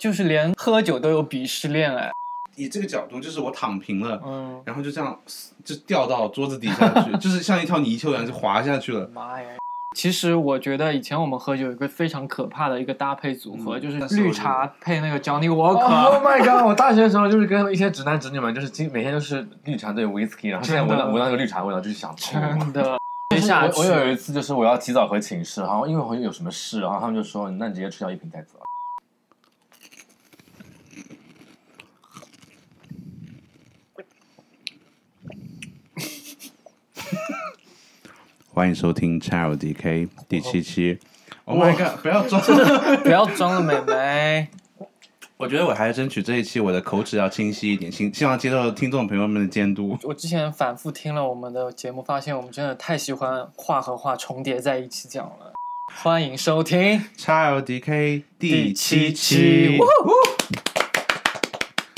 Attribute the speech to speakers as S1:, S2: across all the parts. S1: 就是连喝酒都有鄙视链哎，
S2: 以这个角度，就是我躺平了，
S1: 嗯，
S2: 然后就这样就掉到桌子底下去，就是像一条泥鳅一样就滑下去了。
S1: 妈呀！其实我觉得以前我们喝酒有一个非常可怕的一个搭配组合，
S2: 嗯
S1: 就是绿茶配那个 Johnny
S3: 哦
S1: Walker，、
S3: Oh my god！我大学的时候就是跟一些直男直女们，就是今每天都是绿茶兑 whisky，然后现在闻
S1: 真
S3: 到
S1: 的
S3: 闻到那个绿茶味道，就是想吐。
S1: 真的
S3: 就
S1: 接
S3: 是
S1: 下
S3: 我
S1: 去
S3: 我有一次就是我要提早回寝室，然后因为好像有什么事，然后他们就说那你直接吃掉一瓶再走。
S2: 欢迎收听 Child DK 第七期。Oh my god！不要装，
S1: 不要装了，美眉。
S2: 我觉得我还是争取这一期我的口齿要清晰一点，希希望接受听众朋友们的监督。
S1: 我之前反复听了我们的节目，发现我们真的太喜欢话和话重叠在一起讲了。欢迎收听
S2: Child DK 第七
S1: 期
S2: 期，。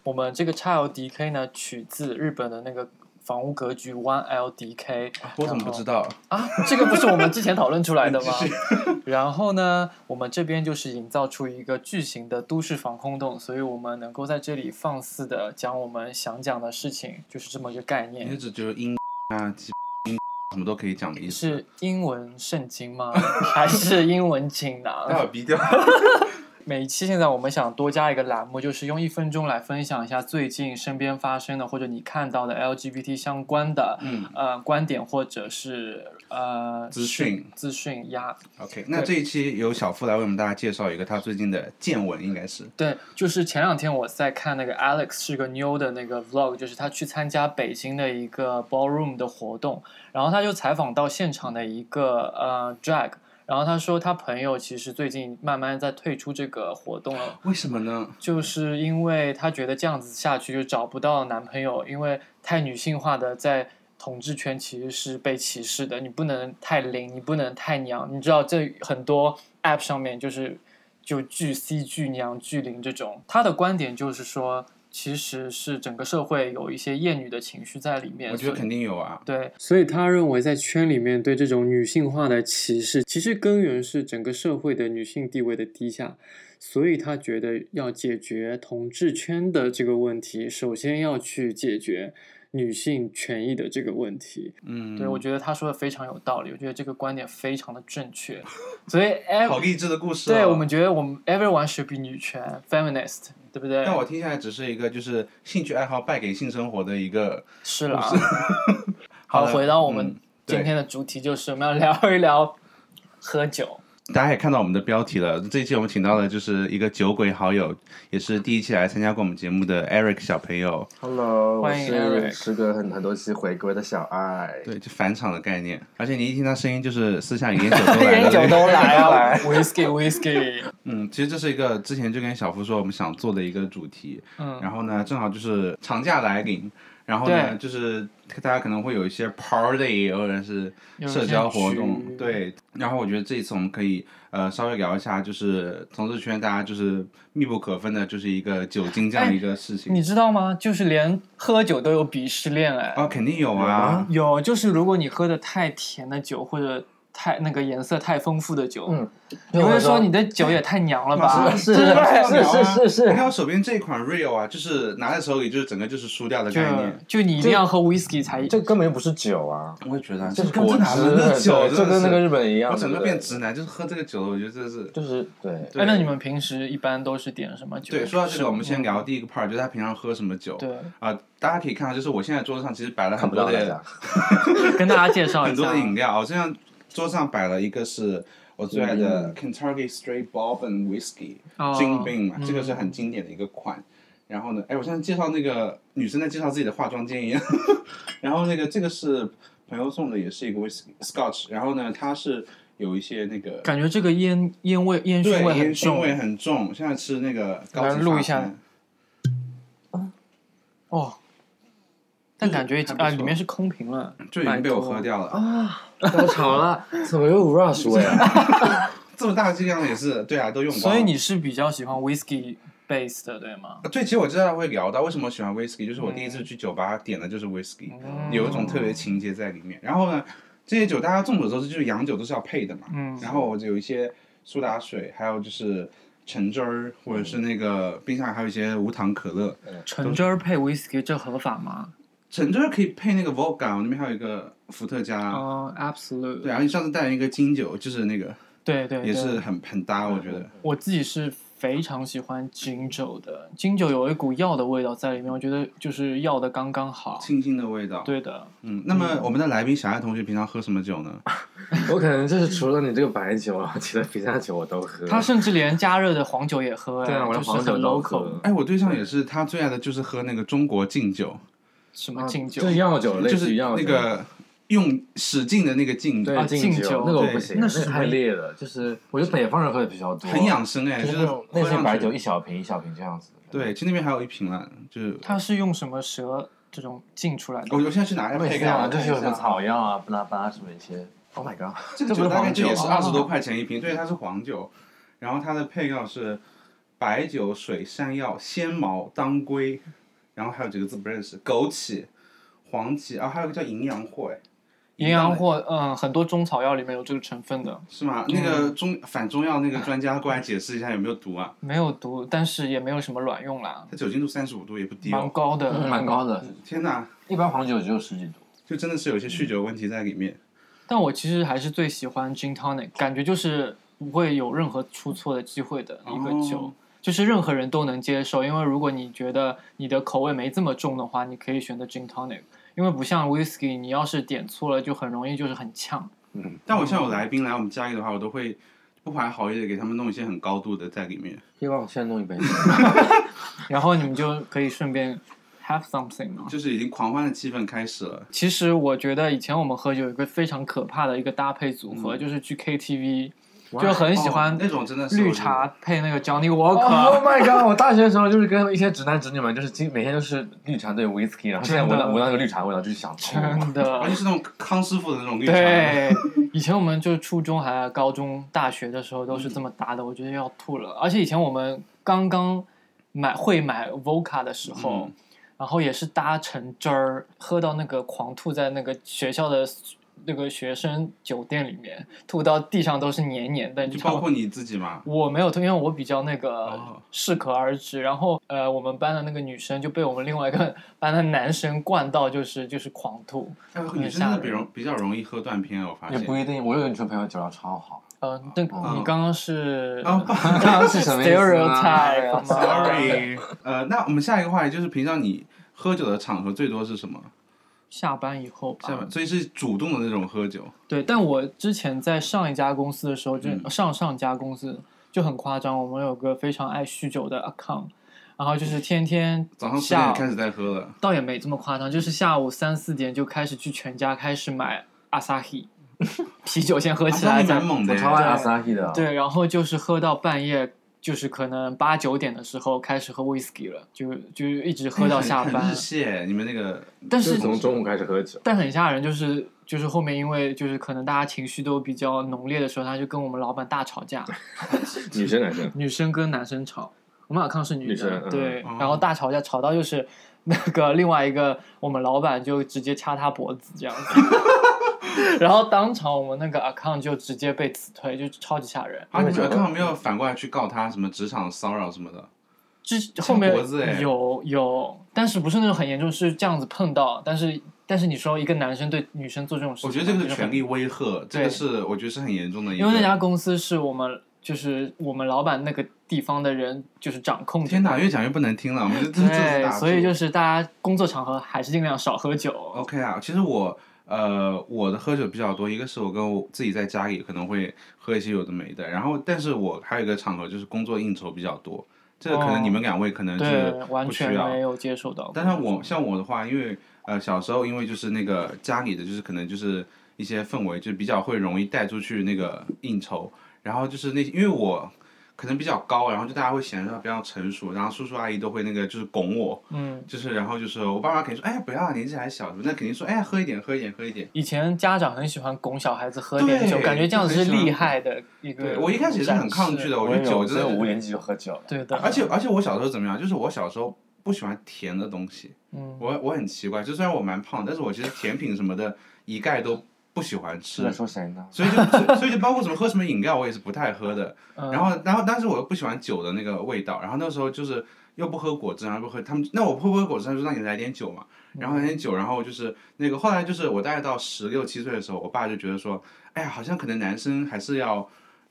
S1: 我们这个 Child DK 呢，取自日本的那个房屋格局 One LDK。
S2: 我怎么不知道？
S1: 啊，这个不是我们之前讨论出 来的吗
S2: 继续？
S1: 然后呢，我们这边就是营造出一个巨型的都市防空洞，所以我们能够在这里放肆的讲我们想讲的事情，就是这么一个概
S2: 你是
S1: 念。
S2: 指就是音啊、鸡音什么都可以讲的意 思？
S1: 是英文圣经 吗？还是英文锦
S2: 待会
S1: 囊？
S2: 逼掉。
S1: 每一期现在我们想多加一个栏目，就是用一分钟来分享一下最近身边发生的或者你看到的 LGBT 相关的、
S2: 嗯
S1: 呃观点或者是呃
S2: 资讯
S1: 资讯呀。
S2: ，OK，那这一期由小付来为我们大家介绍一个他最近的见闻，应该是
S1: 对，就是前两天我在看那个 Alex 是个妞的那个 vlog，就是他去参加北京的一个 ballroom 的活动，然后他就采访到现场的一个呃 drag，然后他说他朋友其实最近慢慢在退出这个活动了。
S2: 为什么呢？
S1: 就是因为她觉得这样子下去就找不到男朋友，因为太女性化的在统治圈其实是被歧视的。你不能太零，你不能太娘，你知道这很多 app 上面就是就巨 C 巨娘巨零这种。她的观点就是说，其实是整个社会有一些厌女的情绪在里面。
S2: 我觉得
S1: 所以
S2: 肯定有啊。
S1: 对，所以他认为在圈里面对这种女性化的歧视，其实根源是整个社会的女性地位的低下，所以他觉得要解决同志圈的这个问题，首先要去解决女性权益的这个问题。
S2: 嗯，
S1: 对，我觉得他说的非常有道理，我觉得这个观点非常的正 确。所以 e
S2: 好励志的故事、哦。
S1: 对我们觉得我们 everyone should be 女权 feminist，对不对？
S2: 但我听下来只是一个就是兴趣爱好败给性生活的一个
S1: 是啦。
S2: 好
S1: 好，
S2: 的
S1: 回到我们
S2: 嗯对
S1: 今天的主题，就是我们要聊一聊喝 酒。
S2: 大家也看到我们的标题了，这一期我们请到的就是一个酒鬼好友，也是第一期来参加过我们节目的 Eric 小朋友。
S3: Hello，
S1: 欢迎
S3: 我
S1: Eric
S3: 是时隔很很多期回归的小爱。
S2: 对，就返场的概念，而且你一听他声音，就是私下里烟酒 都来
S1: 烟
S2: 了。
S1: 酒
S2: 对
S1: 都来 啊，whisky whisky，
S2: 嗯，其实这是一个之前就跟小福说我们想做的一个主题，
S1: 嗯，
S2: 然后呢，正好就是长假来临，然后呢，
S1: 对
S2: 就是大家可能会有一些 party 或者是
S1: 有一些
S2: 社交活动
S1: 局，
S2: 对。然后我觉得这一次我们可以呃稍微聊一下，就是同志圈大家就是密不可分的，就是一个酒精这样一个事情。
S1: 哎你知道吗？就是连喝酒都有鄙视链哎，
S2: 啊，肯定有
S3: 有
S2: 啊
S3: 啊，
S1: 有，就是如果你喝的太甜的酒或者。太那个颜色太丰富的酒，
S3: 嗯
S1: 你会说你的酒也太娘了吧？
S2: 啊
S3: 是啊
S1: 对不对
S3: 是是是是啊
S2: 你看我手边这一款 Real 啊，就是拿在手里就是整个就是输掉的概念。
S1: 就就你一定要喝 whisky 才哎
S3: 这根本就不是酒啊，
S2: 我也觉得
S3: 这
S2: 是
S3: 是果
S2: 这哪门的
S3: 汁，
S2: 酒？
S3: 对就跟那个日本一
S2: 一
S3: 样，
S2: 我整个
S3: 对
S2: 变
S3: 不对
S2: 直男，就是喝这个酒，我觉得这是
S3: 就是对。
S2: 对
S1: 哎，那你们平时一般都是点什么酒？
S2: 对，说到这
S1: 是
S2: 个，我们
S1: 嗯
S2: 先聊第一个 part，就是他平常喝什么酒。
S1: 对，
S2: 啊、大家可以看到，就是我现在桌子上其实摆了
S3: 看
S2: 很
S3: 不
S2: 多
S3: 到大家
S2: 的，
S1: 跟大家介绍一下。
S2: 很多的饮料。我这样桌上摆了一个是我最爱的 Kentucky Straight Bourbon Whiskey
S1: 嗯哦
S2: Gin Bean 嘛，这个是
S1: 嗯
S2: 很经典的一个款。然后呢，哎，我现在介绍那个女生在介绍自己的化妆间一样。 然后那个这个是朋友送的，也是一个 Whiskey Scotch。然后呢，它是有一些那个
S1: 感觉这个烟烟味烟
S2: 对
S1: 熏味很
S2: 烟熏
S1: 重
S2: 味很重。现在吃那个高
S1: 来
S2: 级
S1: 录
S2: 法
S1: 一下
S2: 餐
S1: 哦，但感觉已经
S2: 还
S1: 啊
S2: 不错
S1: 里面是空瓶了，
S2: 就已经被我喝掉了。
S3: 啊！太吵了，怎么又 rush 味啊？
S2: 这么大的剂量也是，对啊，都用
S1: 拜
S2: 光
S1: 托。
S2: 了。
S1: 所以你是比较喜欢 whisky base 的对吗？
S2: 对，其实我知道会聊到为什么我喜欢 whisky，就是我第一次去酒吧点的就是 whisky，、
S1: 嗯
S2: 有一种特别情节在里面。然后呢，这些酒大家众所周知，就是洋酒都是要配的嘛。
S1: 嗯
S2: 然后我就有一些苏打水，还有就是橙汁儿，或者是那个冰箱里还有一些无糖可乐。
S1: 橙汁儿配 whisky 这合法吗？
S2: 橙汁儿可以配那个 vodka，我那边还有一个伏特加。
S1: 哦、a b s o l u t
S2: 对，然后你上次带了一个金酒，就是那个
S1: 对对对，嗯
S2: 也是很很搭，我觉得。
S1: 我自己是非常喜欢金酒的，金酒有一股药的味道在里面，我觉得就是药的刚刚好。
S2: 清新的味道。
S1: 对的，
S2: 嗯，那么我们的来宾小爱同学平常喝什么酒呢？
S3: 我可能就是除了你这个白酒啊，其他其他酒我都喝。
S1: 他甚至连加热的黄酒也喝、哎，
S3: 对啊，我连
S1: 就是
S3: 黄酒
S1: 很
S3: 都
S1: local，
S3: 喝，
S2: 哎，我对象也是，他最爱的就是喝那个中国劲酒，
S1: 什
S2: 嗯
S1: 么敬酒
S3: 就，是药啊酒，类
S2: 就
S3: 似
S2: 是
S3: 于药
S2: 那
S3: 酒。
S2: 个用使劲的那个劲，
S3: 对
S1: 啊
S3: 敬
S1: 敬酒
S3: 那个我
S2: 对
S3: 不行，
S1: 那
S3: 那
S1: 是
S3: 个
S1: 什
S3: 太
S1: 么
S3: 烈了。就是我觉得北方人喝的比较多，
S2: 很养生哎，就是
S3: 就
S2: 是
S3: 那种
S2: 喝
S3: 类似于
S2: 上
S3: 白
S2: 去
S3: 酒一小瓶一小瓶这样子。
S2: 对，其实那边还有一瓶了，就是
S1: 他是用什么蛇这种浸出来的
S2: 我？我现在去拿一下
S3: 类
S2: 配
S3: 似
S2: 给大家
S3: 啊，就
S2: 看
S3: 是
S2: 一
S3: 有什么
S2: 下。
S3: 草药啊、巴拉巴拉什么一些。Oh my god！
S2: 这
S3: 这
S2: 个酒
S3: 不
S2: 大
S3: 是
S2: 概
S3: 黄
S2: 就
S3: 酒
S2: 也是
S1: 啊
S2: 二十多块钱一瓶，对，它是黄酒，然后它的配料是白酒、水、山药、鲜茅、当归，然后还有几个字不认识，枸杞、黄芪啊，还有个叫淫羊藿，哎，
S1: 营养或嗯，很多中草药里面有这个成分的，
S2: 是吗？那
S3: 嗯
S2: 个中反中药那个专家过来解释一下有没有毒啊？
S1: 没有毒，但是也没有什么卵用啦，
S2: 它酒精度三十五度也不低
S1: 蛮
S2: 哦。
S1: 高的。
S3: 嗯
S1: 嗯
S3: 蛮高的，
S2: 天哪，
S3: 一般黄酒只有十几度。
S2: 就真的是有些酗酒问题在里面。
S1: 但我其实还是最喜欢 gin tonic，感觉就是不会有任何出错的机会的一个酒，
S2: 哦
S1: 就是任何人都能接受。因为如果你觉得你的口味没这么重的话，你可以选择 gin tonic，因为不像 whisky，你要是点错了就很容易就是很呛。
S2: 但我像有来宾来我们家里的话，我都会不怀好意的给他们弄一些很高度的在里面，
S3: 可以帮我现在弄一 杯。
S1: 然后你们就可以顺便 have something 嘛。
S2: 就是已经狂欢的气氛开始了。
S1: 其实我觉得以前我们喝酒有一个非常可怕的一个搭配组合，就是去 KTV，就很喜
S2: 嗯哦
S1: 欢
S2: 那种真的是
S1: 绿茶配那个 Johnny Walker。
S3: Oh my god！我大学的时候就是跟一些直男直女们，就是今每天都是绿茶兑 whisky，然后现在闻
S1: 真
S3: 到
S1: 的
S3: 闻到那个绿茶味道，就是想吐。
S1: 真
S2: 我觉得，而
S1: 的
S2: 且，是那种康师傅的那种 绿茶。
S1: 对，以前我们就是初中还高中、大学的时候
S2: 嗯
S1: 都是这么搭的，我觉得要吐了。而且以前我们刚刚买会买 Vodka 的时候，
S2: 嗯
S1: 然后也是搭橙汁儿，喝到那个狂吐在那个学校的那个学生酒店里面，吐到地上都是黏黏的，你
S2: 就
S1: 知道
S2: 包
S1: 吗？
S2: 括你自己嘛。
S1: 我没有吐，因为我比较那个
S2: 哦
S1: 适可而止。然后呃，我们班的那个女生就被我们另外一个班的男生灌到，就是就是狂吐。
S2: 哎女生真的比容比较容易喝断片，我发
S3: 也
S2: 现。
S3: 不一定，我有个女生朋友酒量超 好。
S1: 呃，那你刚刚是
S2: 哦 不
S1: 刚刚是
S3: 什么意 思啊
S1: stereotype 吗
S2: Sorry，呃，那我们下一个话题就是平常你喝酒的场合最多是什么？
S1: 下班以后吧，
S2: 下面，所以是主动的那种喝酒。
S1: 对，但我之前在上一家公司的时候，就、
S2: 嗯
S1: 上上家公司就很夸张，我们有个非常爱酗酒的 account，然后就是天天
S2: 早上十
S1: 下
S2: 点
S1: 午
S2: 开始在喝了，
S1: 倒也没这么夸张，就是下午三四点就开始去全家开始买阿萨 i 啤酒，先喝起
S2: 啊
S1: 来
S2: 那
S1: 再
S2: 你蛮猛的
S3: 我
S2: 耶，
S3: 超爱阿萨希的。，
S1: 对，然后就是喝到半夜，就是可能八九点的时候开始喝 whisky 了，就就一直喝到下
S2: 很
S1: 班
S2: 日。系耶，你们那个
S1: 但是
S3: 中午开始喝酒。
S1: 但很吓人，就是就是后面因为就是可能大家情绪都比较浓烈的时候，他就跟我们老板大吵架，
S3: 女生男生，
S1: 女生跟男生吵。我们尔康是女的，
S3: 女生嗯
S1: 对，
S2: 哦
S1: 然后大吵架，吵到就是那个另外一个我们老板就直接掐他脖子这样子， 然后当场我们那个 account 就直接被辞退，就超级吓人。
S2: 啊，
S3: 因为
S2: 你
S3: 酒
S2: 们刚好没有反过来去告他什么职场骚扰什么的，
S1: 之后面
S2: 脖子哎
S1: 有有，但是不是那种很严重，是这样子碰到，但是但是你说一个男生对女生做这种事情，
S2: 我觉得这个
S1: 就是很
S2: 权力威吓，这个
S1: 对
S2: 是我觉得是很严重的一
S1: 因为那
S2: 个。
S1: 家公司是我们就是我们老板那个地方的人就是掌控着
S2: 天哪，越讲越不能听了，我们这这这是
S1: 对
S2: 打，住
S1: 所以就是大家工作场合还是尽量少喝酒。
S2: OK 啊。其实我呃我的喝酒比较多，一个是我跟我自己在家里可能会喝一些有的没的，然后但是我还有一个场合就是工作应酬比较多，这个可
S1: 哦
S2: 能你们两位可能
S1: 对
S2: 是，
S1: 完
S2: 不
S1: 全
S2: 需要
S1: 没。有接受到。
S2: 但是我像我的话，因为呃小时候因为就是那个家里的就是可能就是一些氛围，就比较会容易带出去那个应酬，然后就是那因为我可能比较高，然后就大家会显得比较成熟，然后叔叔阿姨都会那个就是拱我，
S1: 嗯，
S2: 就是然后就是我爸妈肯定说，哎不要年纪还小，那肯定说哎喝一点喝一点喝一点。
S1: 以前家长很喜欢拱小孩子喝点
S2: 对
S1: 酒，感觉这样子是
S2: 就很喜欢
S1: 厉害的一个展
S2: 对
S1: 示。
S2: 我一开始也是很抗拒的，我
S3: 我
S2: 觉
S3: 也
S2: 得酒
S3: 有，
S2: 真
S3: 所以
S2: 的
S3: 我
S2: 是
S3: 五年级就喝酒了。
S1: 对的，
S2: 而且而且我小时候怎么样？就是我小时候不喜欢甜的东西，
S1: 嗯，
S2: 我我很奇怪，就虽然我蛮胖，但是我其实甜品什么的一概都不喜欢
S3: 是
S2: 吃
S3: 在，说谁呢？
S2: 所以就所以所以就包括什么喝什么饮料，我也是不太喝的。
S1: 嗯
S2: 然后，然后，但是我又不喜欢酒的那个味道。然后那时候就是又不喝果汁，然后又不喝他们，那我不喝果汁，他们就让你来点酒嘛。
S1: 嗯
S2: 然后来点酒，然后就是那个后来就是我大概到十六七岁的时候，我爸就觉得说，哎呀，好像可能男生还是要，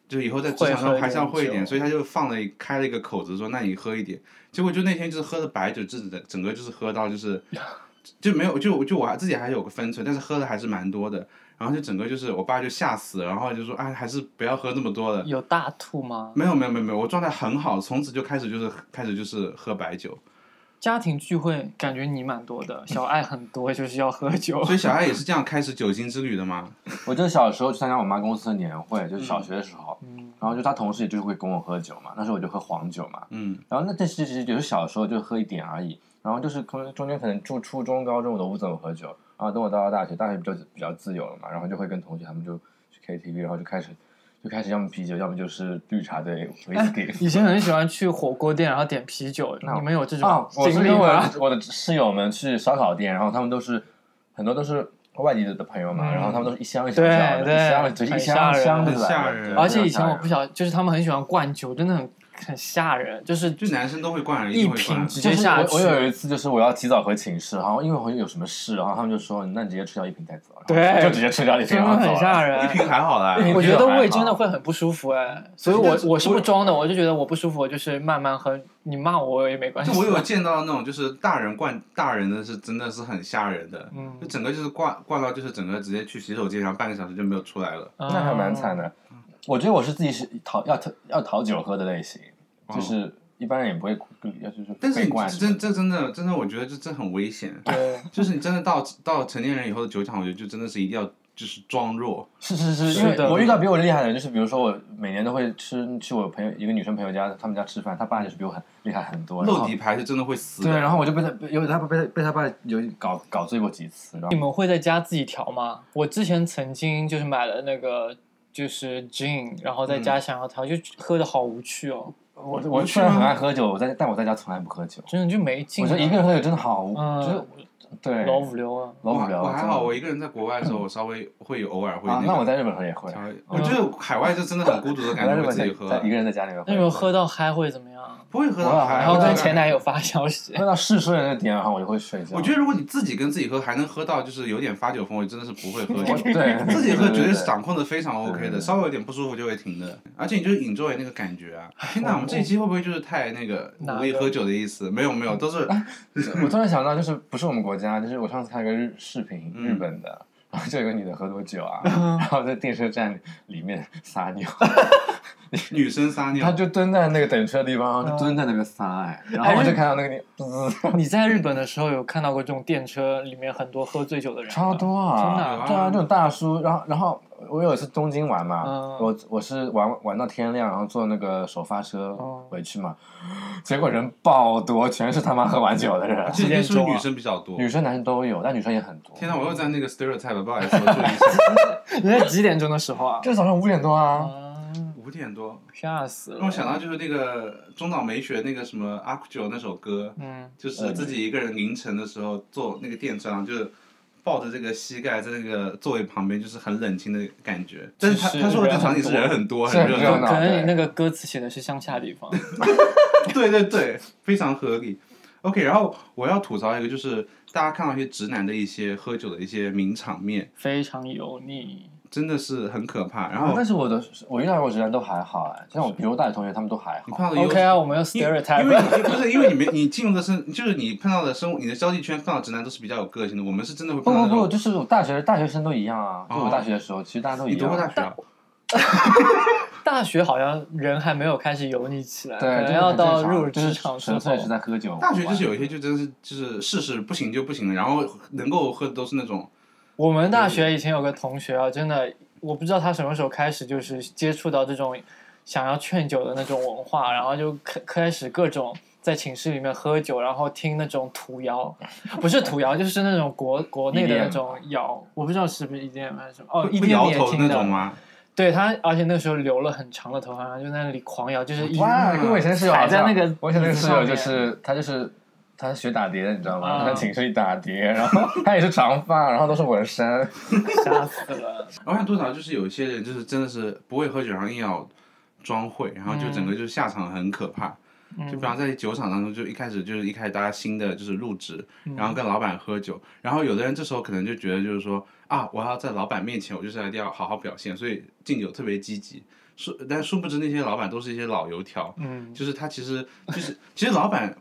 S2: 就以后在职
S1: 会
S2: 场
S1: 喝
S2: 上
S1: 一
S2: 还是要
S1: 点
S2: 会一点，
S1: 酒
S2: 所以他就放了一开了一个口子说，那你喝一点。结果就那天就是喝的白酒，整整整个就是喝到就是 就没有就就我还自己还有个分寸，但是喝的还是蛮多的。然后就整个就是我爸就吓死了，然后就说哎，还是不要喝那么多了。
S1: 有大吐吗？
S2: 没有没有没有没有，我状态很好，从此就开始就是开始就是喝白酒，
S1: 家庭聚会感觉你蛮多的，小爱很多，就是要喝酒。
S2: 所以小爱也是这样开始酒精之旅的吗？
S3: 我记得小时候去参加我妈公司的年会，就是小学的时候，
S1: 嗯
S3: 然后就她同事也就是会跟我喝酒嘛，那时候我就喝黄酒嘛，
S2: 嗯，
S3: 然后那但是其实就是小时候就喝一点而已，然后就是可能中间可能住初中、高中我都不怎么喝酒，然后等我到了大学，大学比较比较自由了嘛，然后就会跟同学他们就去 KTV，然后就开始就开始要么啤酒，要么就是绿茶 对威士忌。
S1: 以前很喜欢去火锅店，然后点啤
S2: 哦
S1: 酒。
S3: 那
S1: 你们有这
S3: 啊
S1: 种，
S3: 我是
S1: 经历
S3: 跟我
S1: 吗？
S3: 的我的室友们去烧烤店，然后他们都是很多都是外地的朋友嘛，
S1: 嗯
S3: 然后他们都是一箱一箱
S1: 对
S3: 的，一箱
S1: 对
S3: 就是一
S1: 很
S3: 箱
S1: 吓
S3: 一
S1: 人
S3: 箱的
S2: 很
S3: 来
S2: 吓
S3: 的
S2: 人
S3: 对
S1: 而且以前
S3: 非常吓
S1: 我
S3: 人
S1: 不晓，就是他们很喜欢灌酒，真的很很吓人，就是
S2: 就男生都会灌，
S1: 一
S2: 定会
S1: 瓶
S2: 灌。
S1: 直
S3: 就
S1: 接
S3: 是
S1: 下
S3: 我
S1: 去。
S3: 我有一次就是我要提早回寝室，然后因为我有什么事，然后他们就说，那你直接吃掉一瓶带走，然后
S1: 对
S3: 就直接吃掉一瓶，
S1: 真
S3: 然
S1: 的
S3: 后走
S1: 很吓
S3: 了。
S2: 一
S1: 人。
S2: 瓶还好啦，
S1: 我
S3: 我
S1: 觉得
S3: 觉得
S1: 胃
S3: 还
S1: 真的
S3: 好
S1: 会很不舒服哎，所以我
S2: 但是
S1: 我是不
S2: 我
S1: 装的，我就觉得我不舒服，我就是慢慢喝，你骂我也没关系
S2: 就。我有见到那种就是大人灌大人的是真的是很吓人的，
S1: 嗯
S2: 就整个就是灌灌到就是整个直接去洗手间，然后半个小时就没有出来了。
S1: 那
S3: 那还蛮惨。的。我觉得我是自己是讨要讨要讨酒喝的类型，就是一般人也不会要就是
S2: 哦但是
S3: 被
S2: 你
S3: 灌什么
S2: 真这真的真的，我觉得这这很危险。
S1: 嗯对，
S2: 就是你真的到到成年人以后的酒场，我觉得就真的是一定要就是装弱，
S3: 是是是，
S1: 是
S3: 因为
S1: 的
S3: 我遇到比我厉害的人，就是比如说我每年都会吃去我朋友一个女生朋友家，他们家吃饭，他爸就是比我很厉害很多，然
S2: 露
S3: 后
S2: 底牌是真的会死
S3: 对，
S2: 的。
S3: 然后我就被他被有他被被他爸有搞搞醉过几次，然
S1: 你
S3: 后
S1: 们会在家自己调吗？我之前曾经就是买了那个就是 gin，然
S3: 嗯
S1: 后在家想要调，就喝的好无趣哦，
S3: 我
S2: 我
S3: 我
S2: 去
S3: 虽然很
S2: 吗
S3: 爱喝酒，我在但我在家从来不喝酒，
S1: 真的就没劲
S3: 我
S1: 啊。
S3: 觉得一个人喝酒真的好，
S1: 嗯
S3: 就是我对
S1: 老五流啊，
S3: 老无聊，
S2: 我我还
S3: 真的
S2: 好，我一个人在国外的时候，我稍 微会有偶尔会
S3: 啊，
S2: 个
S3: 那我在日本时候也会，
S2: 稍微，
S3: 嗯
S2: 我觉得海外就真的很孤独的
S3: 我
S2: 感
S3: 在
S2: 觉，
S3: 日
S2: 会
S3: 本
S2: 自己
S3: 在
S2: 喝
S3: 在，一个人在家里面，
S1: 那你们喝到嗨会怎么样？
S2: 不会喝
S3: 我
S2: 到
S3: 也
S2: 海。
S3: 还
S1: 然后
S3: 哎我
S1: 跟
S3: 在
S1: 前男友发消息，
S3: 喝到嗜睡的那个点，然后我就会睡觉。
S2: 我觉得如果你自己跟自己喝，还能喝到就是有点发酒疯，我真的是不会喝
S3: 我
S2: 酒。
S3: 对
S2: 自己喝绝对是
S3: 长。
S2: 掌控的非常 OK
S3: 对对
S2: 的，
S3: 对
S2: 稍微有点不舒服就会停的，而且你就 enjoy 那个感觉啊！天哪，我们这一期会不会就是太那个
S1: 哪
S2: 无力
S1: 个
S2: 喝酒的意思？没有
S3: 嗯
S2: 没有，都是
S3: 我突然想到，就是不是我们国家，就是我上次看一个日视频，
S2: 嗯
S3: 日本的，然后就有个女的喝多酒啊，然后在电车站里面撒尿，
S2: 女生 撒
S3: 她
S2: 尿，
S3: 就蹲在那个等车的地方，然后就蹲在那边撒，哎，然后我就看到那个尿滋，
S1: 你在日本的时候有看到过这种电车里面很多喝醉酒的人吗？
S3: 超多
S1: 真的啊
S3: 啊，对啊，这种大叔，然后然后我有一次东京玩嘛
S1: 嗯，
S3: 我我是玩玩到天亮，然后坐那个首发车
S1: 哦
S3: 回去嘛，结果人爆多，全是他妈喝完酒的人，
S2: 这边是不
S1: 几点钟
S2: 是
S1: 啊
S2: 女生比较多？
S3: 女生男生都有，但女生也很多。
S2: 天哪，我又在那个 stereotype，不好意思，我注 意一下，
S1: 你在几点钟的时候啊？
S3: 就是早上五点多啊，
S1: 啊，
S2: 五点多，
S1: 吓死了！
S2: 让我想到就是那个中岛美雪那个什么《阿库九》那首歌，
S1: 嗯，
S2: 就是自己一个人凌晨的时候坐那个电车，然后就是抱着这个膝盖在那个座位旁边，就是很冷清的感觉。但是他
S1: 是
S2: 他说的这
S1: 人很
S2: 场景是
S1: 多
S2: 人很多，
S3: 是
S2: 很
S3: 很
S2: 热
S3: 热
S2: 闹
S3: 闹，
S1: 可能
S3: 对
S1: 你那个歌词写的是乡下地方，
S2: 对对对，非常合理。OK，然后我要吐槽一个，就是大家看到一些直男的一些喝酒的一些名场面，
S1: 非常油腻。
S2: 真的是很可怕。然
S1: 哦
S3: 啊
S2: 后
S3: 但是我的我遇到过直男都还好哎，像我比如我大学同学他们都还
S2: 你
S3: 好，
S2: 碰到的有
S1: OK 啊，我们要
S2: 因为因为
S1: stereotype。
S2: 你不是因为你没你进入的生，就是你碰到的生活，你的交际圈碰到直男都是比较有个性的。我们是真的会哦
S3: 不
S2: 碰到
S3: 不
S2: 那种。
S3: 不，就是我大学大学生都一样啊，就
S2: 哦
S3: 我大学的时候，其实大家都
S2: 你
S3: 一
S2: 读过大
S3: 样。
S2: 学啊？
S1: 大学好像人还没有开始油腻起来，
S3: 对，
S1: 可
S3: 就
S1: 能
S3: 是
S1: 要
S3: 很正
S1: 到
S3: 常
S1: 入
S3: 就
S1: 职
S3: 是
S1: 场之
S3: 纯
S1: 后。
S3: 粹是在喝酒。
S2: 大学就是有一些就真的是就是试试不行就不行了，然后能够喝的都是那种
S1: 我们大学以前有个同学啊，真的，我不知道他什么时候开始就是接触到这种想要劝酒的那种文化，然后就开开始各种在寝室里面喝酒，然后听那种土谣， 不是土谣，就是那种 国国内的
S3: EDM
S1: 那种谣，我不知道是不是 EDM 还是什么，哦
S2: 会会摇
S1: ，EDM 也
S2: 头的
S1: 听
S2: 那
S1: 的
S2: 种。吗？
S1: 对他，而且那个时候留了很长的头发，然后就在那里狂摇，就是一啊
S3: 哇，跟我以前室友好
S1: 踩在
S3: 像
S1: 那个
S3: 我以前那个室友就
S1: 椅子上
S3: 是他就是他是学打碟的，你知道吗？
S1: 啊
S3: 他寝室里打碟，然后 他也是长发，然后都是纹身。
S1: 吓死了。
S2: 我想吐槽就是有一些人就是真的是不会喝酒，然后硬要装会，然后就整个
S3: 嗯
S2: 就下场很可怕。
S1: 嗯
S2: 就比方在酒场当中，就一开始就是一开始大家新的就是入职，
S1: 嗯
S2: 然后跟老板喝酒，然后有的人这时候可能就觉得就是说啊，我要在老板面前，我就是一定要好好表现，所以敬酒特别积极。殊但殊不知那些老板都是一些老油条，
S1: 嗯，
S2: 就是他其实就是其实老板。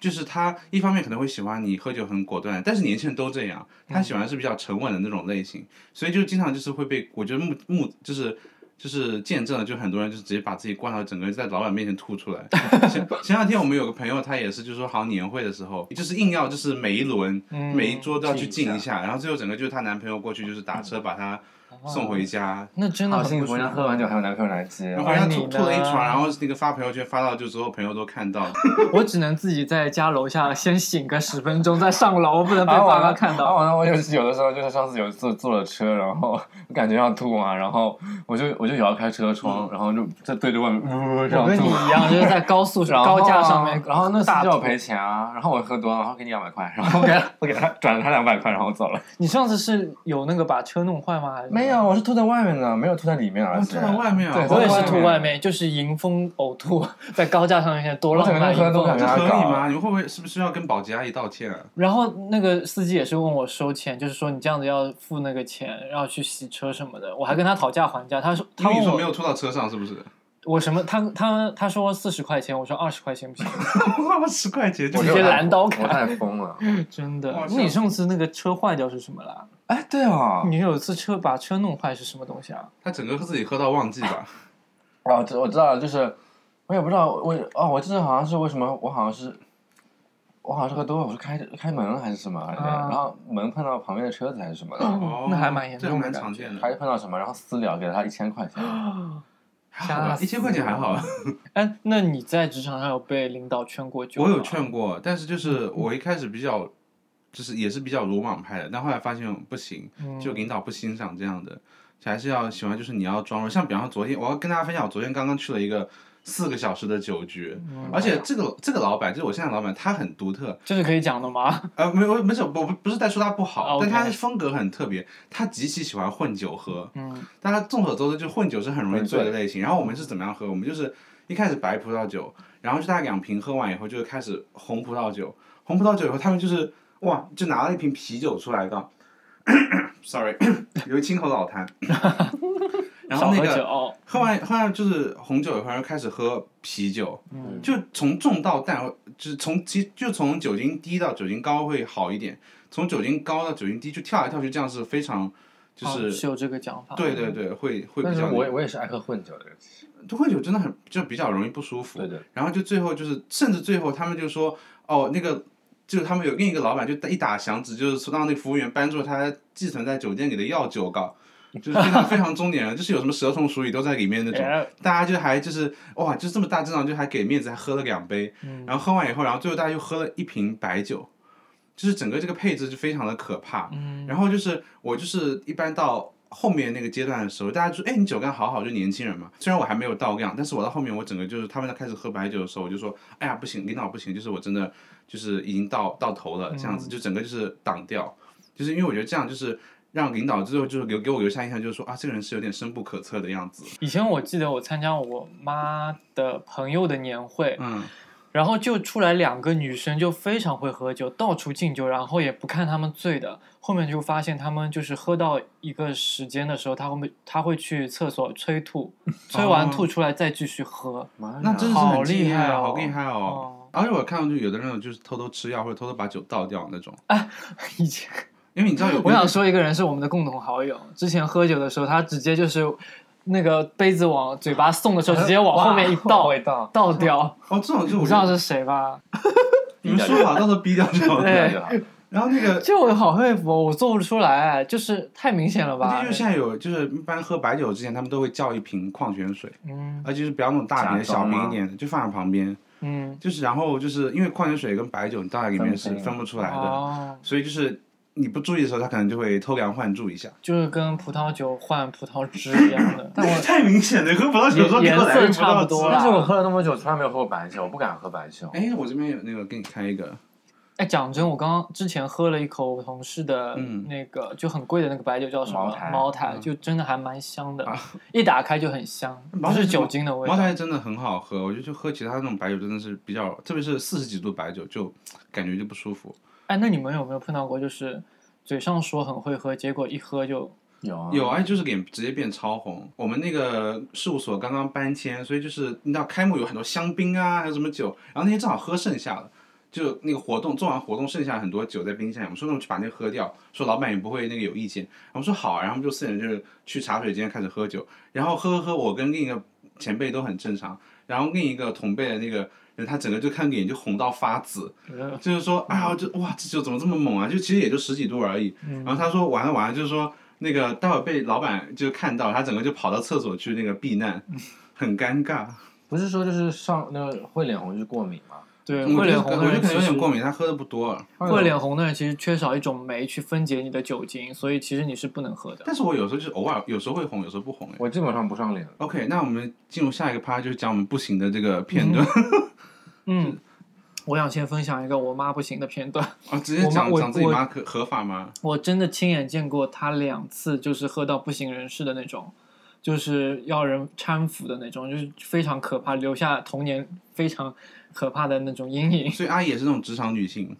S2: 就是他一方面可能会喜欢你喝酒很果断，但是年轻人都这样，他喜欢
S1: 嗯
S2: 是比较沉稳的那种类型，所以就经常就是会被我觉得目目就是就是见证了，就很多人就直接把自己灌到整个人在老板面前 吐出来。前前两天我们有个朋友，他也是，就是说好像年会的时候，就是硬要就是每一轮、
S1: 嗯
S2: 每一桌都要去敬
S3: 敬
S2: 一
S3: 一
S2: 下，然后最后整个就是她男朋友过去就是打车把她
S1: 哦
S2: 送回家，
S1: 那真的
S3: 好
S1: 很
S3: 幸
S1: 不
S3: 福，
S1: 舒
S3: 人家喝
S1: 服。
S3: 完酒还有男朋友来接
S2: 然。后人家
S1: 而你
S2: 吐
S1: 呢
S2: 吐了一床，然后那个发朋友圈发到就所有朋友都看到。
S1: 我只能自己在家楼下先醒个十分钟，再上楼， 不能被
S3: 然后
S1: 爸
S3: 完
S1: 妈
S3: 了
S1: 看
S3: 然后
S1: 到。
S3: 完了，我就是有的时候就是上次有坐坐了车，然后 我感觉要吐嘛，然后我就我就摇开车窗，然后就在对着外面呜呜这
S1: 我
S3: 样
S1: 跟
S3: 吐
S1: 你。一样，就是在高速
S3: 然后啊
S1: 高架上面，
S3: 然后那司
S1: 大
S3: 机叫我
S1: 吐
S3: 赔钱啊，然后我喝多了，然后给你两百块，然后我给 他我给他转了他两百块，然后我走了。
S1: 你上次是有那个把车弄坏吗？还是
S3: 没有，我是吐在外面的，没有吐在里面
S2: 我
S3: 而且。
S2: 吐到外面啊！
S3: 对
S1: 我也是
S3: 外
S1: 吐
S3: 面
S1: 外面，就是迎风呕吐，在高架上面多浪
S3: 我整个
S1: 漫
S3: 人喝
S1: 迎
S3: 都
S1: 风
S3: 感
S2: 这
S1: 呕
S3: 觉
S1: 吐。
S2: 合理吗？你们会不会是不是要跟保洁阿姨道歉啊？
S1: 然后那个司机也是问我收钱，就是说你这样子要付那个钱，然后去洗车什么的。我还跟他讨价还价，他说
S2: 因
S1: 他
S2: 为
S1: 问
S2: 你说没
S1: 我
S2: 有吐到车上，是不是？
S1: 我什么，他他他说四十块钱，我说二十块钱不行，
S2: 十块钱就
S1: 直接拦刀砍
S3: 我太疯 了。
S1: 真的
S2: 哇。
S1: 那你上次那个车坏掉是什么啦？
S3: 哎，对哦，
S1: 你有一次车把车弄坏是什么东西啊？
S2: 他整个自己喝到忘记吧？
S3: 哦，我知我知道了，就是我也不知道我哦，我记得好像是为什么我好像是我好像是喝多了，我是开开门了还是什么，
S1: 啊
S3: 然后门碰到旁边的车子还是什么的，
S2: 哦，
S1: 那还蛮严重
S2: 这
S1: 的
S2: 还蛮
S1: 感
S2: 常
S1: 觉
S2: 见
S3: 还
S2: 的。
S3: 是碰到什么，然后私了给了他一千块钱，
S2: 还好吧一千块钱还好吧，
S1: 哎，那你在职场上有被领导劝过酒
S2: 我
S1: 吗？
S2: 有劝过，但是就是我一开始比较，就是也是比较鲁莽派的，但后来发现不行，
S1: 嗯，
S2: 就领导不欣赏这样的，还是要喜欢，就是你要装弱。像比方说昨天，我要跟大家分享，我昨天刚刚去了一个四个小时的酒局，
S1: 嗯
S2: 而且这个这个老板，就是我现在的老板，他很独特，
S1: 这是可以讲的吗？
S2: 呃，没有没事，我不不是在说他不好，
S1: 啊 OK
S2: 但他的风格很特别，他极其喜欢混酒喝，
S1: 嗯
S2: 大家众所周知，就混酒是很容易
S3: 嗯
S2: 醉的
S3: 对
S2: 类型。然后我们是怎么样喝？我们就是一开始白葡萄酒，然后就大概两瓶喝完以后，就开始红葡萄酒。红葡萄酒以后，他们就是哇，就拿了一瓶啤酒出来的 ，sorry，有清口老痰。 然
S1: 少
S2: 后那
S1: 喝
S2: 个
S1: 酒，
S2: 喝完喝完就是红酒以后，然后开始喝啤酒，
S1: 嗯
S2: 就从重到淡，就是从其实就从酒精低到酒精高会好一点，从酒精高到酒精低就跳来跳去，这样是非常就
S1: 哦
S2: 是
S1: 是有这个讲法。
S2: 对对对，会会
S3: 但
S2: 比
S3: 是
S2: 较
S3: 我也我也是爱喝混酒的人，
S2: 就混酒真的很就比较容易不舒服。
S3: 对的。
S2: 然后就最后就是，甚至最后他们就说，哦，那个就是他们有另一个老板就一打响指，就是说让那个服务员搬出他寄存在酒店里的药酒稿，就是非常 非常中年人，就是有什么蛇虫鼠蚁都在里面那种。
S1: 哎，
S2: 大家就还就是哇，就这么大阵仗，就还给面子，还喝了两杯，
S1: 嗯
S2: 然后喝完以后，然后最后大家又喝了一瓶白酒，就是整个这个配置就非常的可怕。
S1: 嗯，
S2: 然后就是我就是一般到后面那个阶段的时候，大家就哎你酒量好好，就年轻人嘛。虽然我还没有到量，但是我到后面我整个就是他们在开始喝白酒的时候，我就说哎呀不行，领导不行，就是我真的就是已经到到头
S1: 嗯
S2: 了，这样子就整个就是挡掉，就是因为我觉得这样就是。让领导最后就是留给我留下印象，就是说啊，这个人是有点深不可测的样子。
S1: 以前我记得我参加我妈的朋友的年会，
S2: 嗯，
S1: 然后就出来两个女生，就非常会喝酒，到处敬酒，然后也不看她们醉的。后面就发现她们就是喝到一个时间的时候，她会她会去厕所催 吐，催完吐出来再继续喝。
S3: 妈呀
S2: 那真的是
S1: 好
S2: 很
S1: 厉
S2: 厉
S1: 害
S2: 害，
S1: 哦
S2: 好厉害哦！
S1: 哦，
S2: 而且我看到就有的人就是偷偷吃药或者偷偷把酒倒掉那种，
S1: 以前
S2: 因为你知道有
S1: 我想说一个人是我们的共同好友，之前喝酒的时候，他直接就是那个杯子往嘴巴送的时候，直接往后面一
S3: 哇
S1: 倒
S3: 味道，
S1: 倒掉，
S2: 哦，这种就
S1: 你
S2: 我
S1: 知
S2: 觉
S1: 道
S2: 得
S1: 是谁吧？
S2: 你们说好到时候逼掉就好了。
S1: 对
S3: 就好了
S2: 然后那个
S1: 这我好佩服哦，我做不出来，就是太明显了吧
S2: 这就？现在有，就是一般喝白酒之前，他们都会叫一瓶矿泉水，
S1: 嗯
S2: 而且就是不要那种大瓶的，
S3: 假
S2: 小
S3: 装
S2: 瓶
S3: 吗
S2: 一点的，就放在旁边。
S1: 嗯，
S2: 就是然后就是因为矿泉水跟白酒你倒在里面是
S3: 分不清
S2: 分不出来的，
S1: 哦，
S2: 所以就是你不注意的时候，他可能就会偷梁换柱一下。
S1: 就是跟葡萄酒换葡萄汁一样 的。
S2: 但我太明显了，喝葡萄酒的时候
S1: 颜
S2: 给我来
S1: 颜
S2: 一
S1: 色
S2: 个葡萄
S1: 差不多
S2: 汁
S1: 啦
S2: 哎
S3: 但是我喝了那么久，从来没有喝过白酒，我不敢喝白酒。
S2: 哎，我这边有那个，给你开一个，
S1: 哎，讲真，我刚刚之前喝了一口我同事的
S2: 嗯
S1: 那个、就很贵的那个白酒，叫什么
S3: 茅台
S1: 茅台，
S2: 嗯
S1: 就真的还蛮香的，
S2: 啊
S1: 一打开就很香，
S2: 茅
S1: 不
S2: 台
S1: 是
S2: 是
S1: 酒精的味道。
S2: 茅台真的很好喝，我觉得就喝其他那种白酒真的是比较，特别是四十几度白酒就感觉就不舒服。
S1: 哎，那你们有没有碰到过，就是嘴上说很会喝，结果一喝就
S3: 有啊
S2: 有啊，就是给直接变超红。我们那个事务所刚刚搬迁，所以就是你知道开幕有很多香槟啊，还有什么酒，然后那天正好喝剩下了，就那个活动做完活动剩下很多酒在冰箱里，我们说那我们去把那个喝掉，说老板也不会那个有意见，我们说好啊，然后我们就四人就是去茶水间开始喝酒，然后喝喝喝，我跟另一个前辈都很正常，然后另一个同辈的那个人他整个就看脸就红到发紫，
S1: 呃
S2: 就是说，哎呀，就哇，这酒怎么这么猛啊？就其实也就十几度而已。
S1: 嗯
S2: 然后他说完了完了，就是说那个待会被老板就看到，他整个就跑到厕所去那个避 难，很尴尬。
S3: 不是说就是上那个会脸红就是过敏嘛？
S1: 对
S2: 我
S1: 会
S2: 觉得
S1: 脸红的
S2: 我
S1: 人
S2: 就可能
S1: 其
S2: 有
S1: 实
S2: 点过敏，他喝的不多。
S1: 会脸红的人其实缺少一种酶去分解你的酒精，所以其实你是不能喝的。
S2: 但是我有时候就是偶尔，有时候会红，有时候不红。哎
S3: 我基本上不上脸，
S2: OK，那我们进入下一个趴，就是讲我们不行的这个片段
S1: 嗯，我想先分享一个我妈不行的片段。
S2: 啊，直接
S1: 我妈
S2: 讲
S1: 我
S2: 讲自己
S1: 我
S2: 妈可合法吗？
S1: 我真的亲眼见过她两次，就是喝到不省人事的那种，就是要人搀扶的那种，就是非常可怕，留下童年非常可怕的那种阴影。
S2: 所以阿姨也是那种职场女性，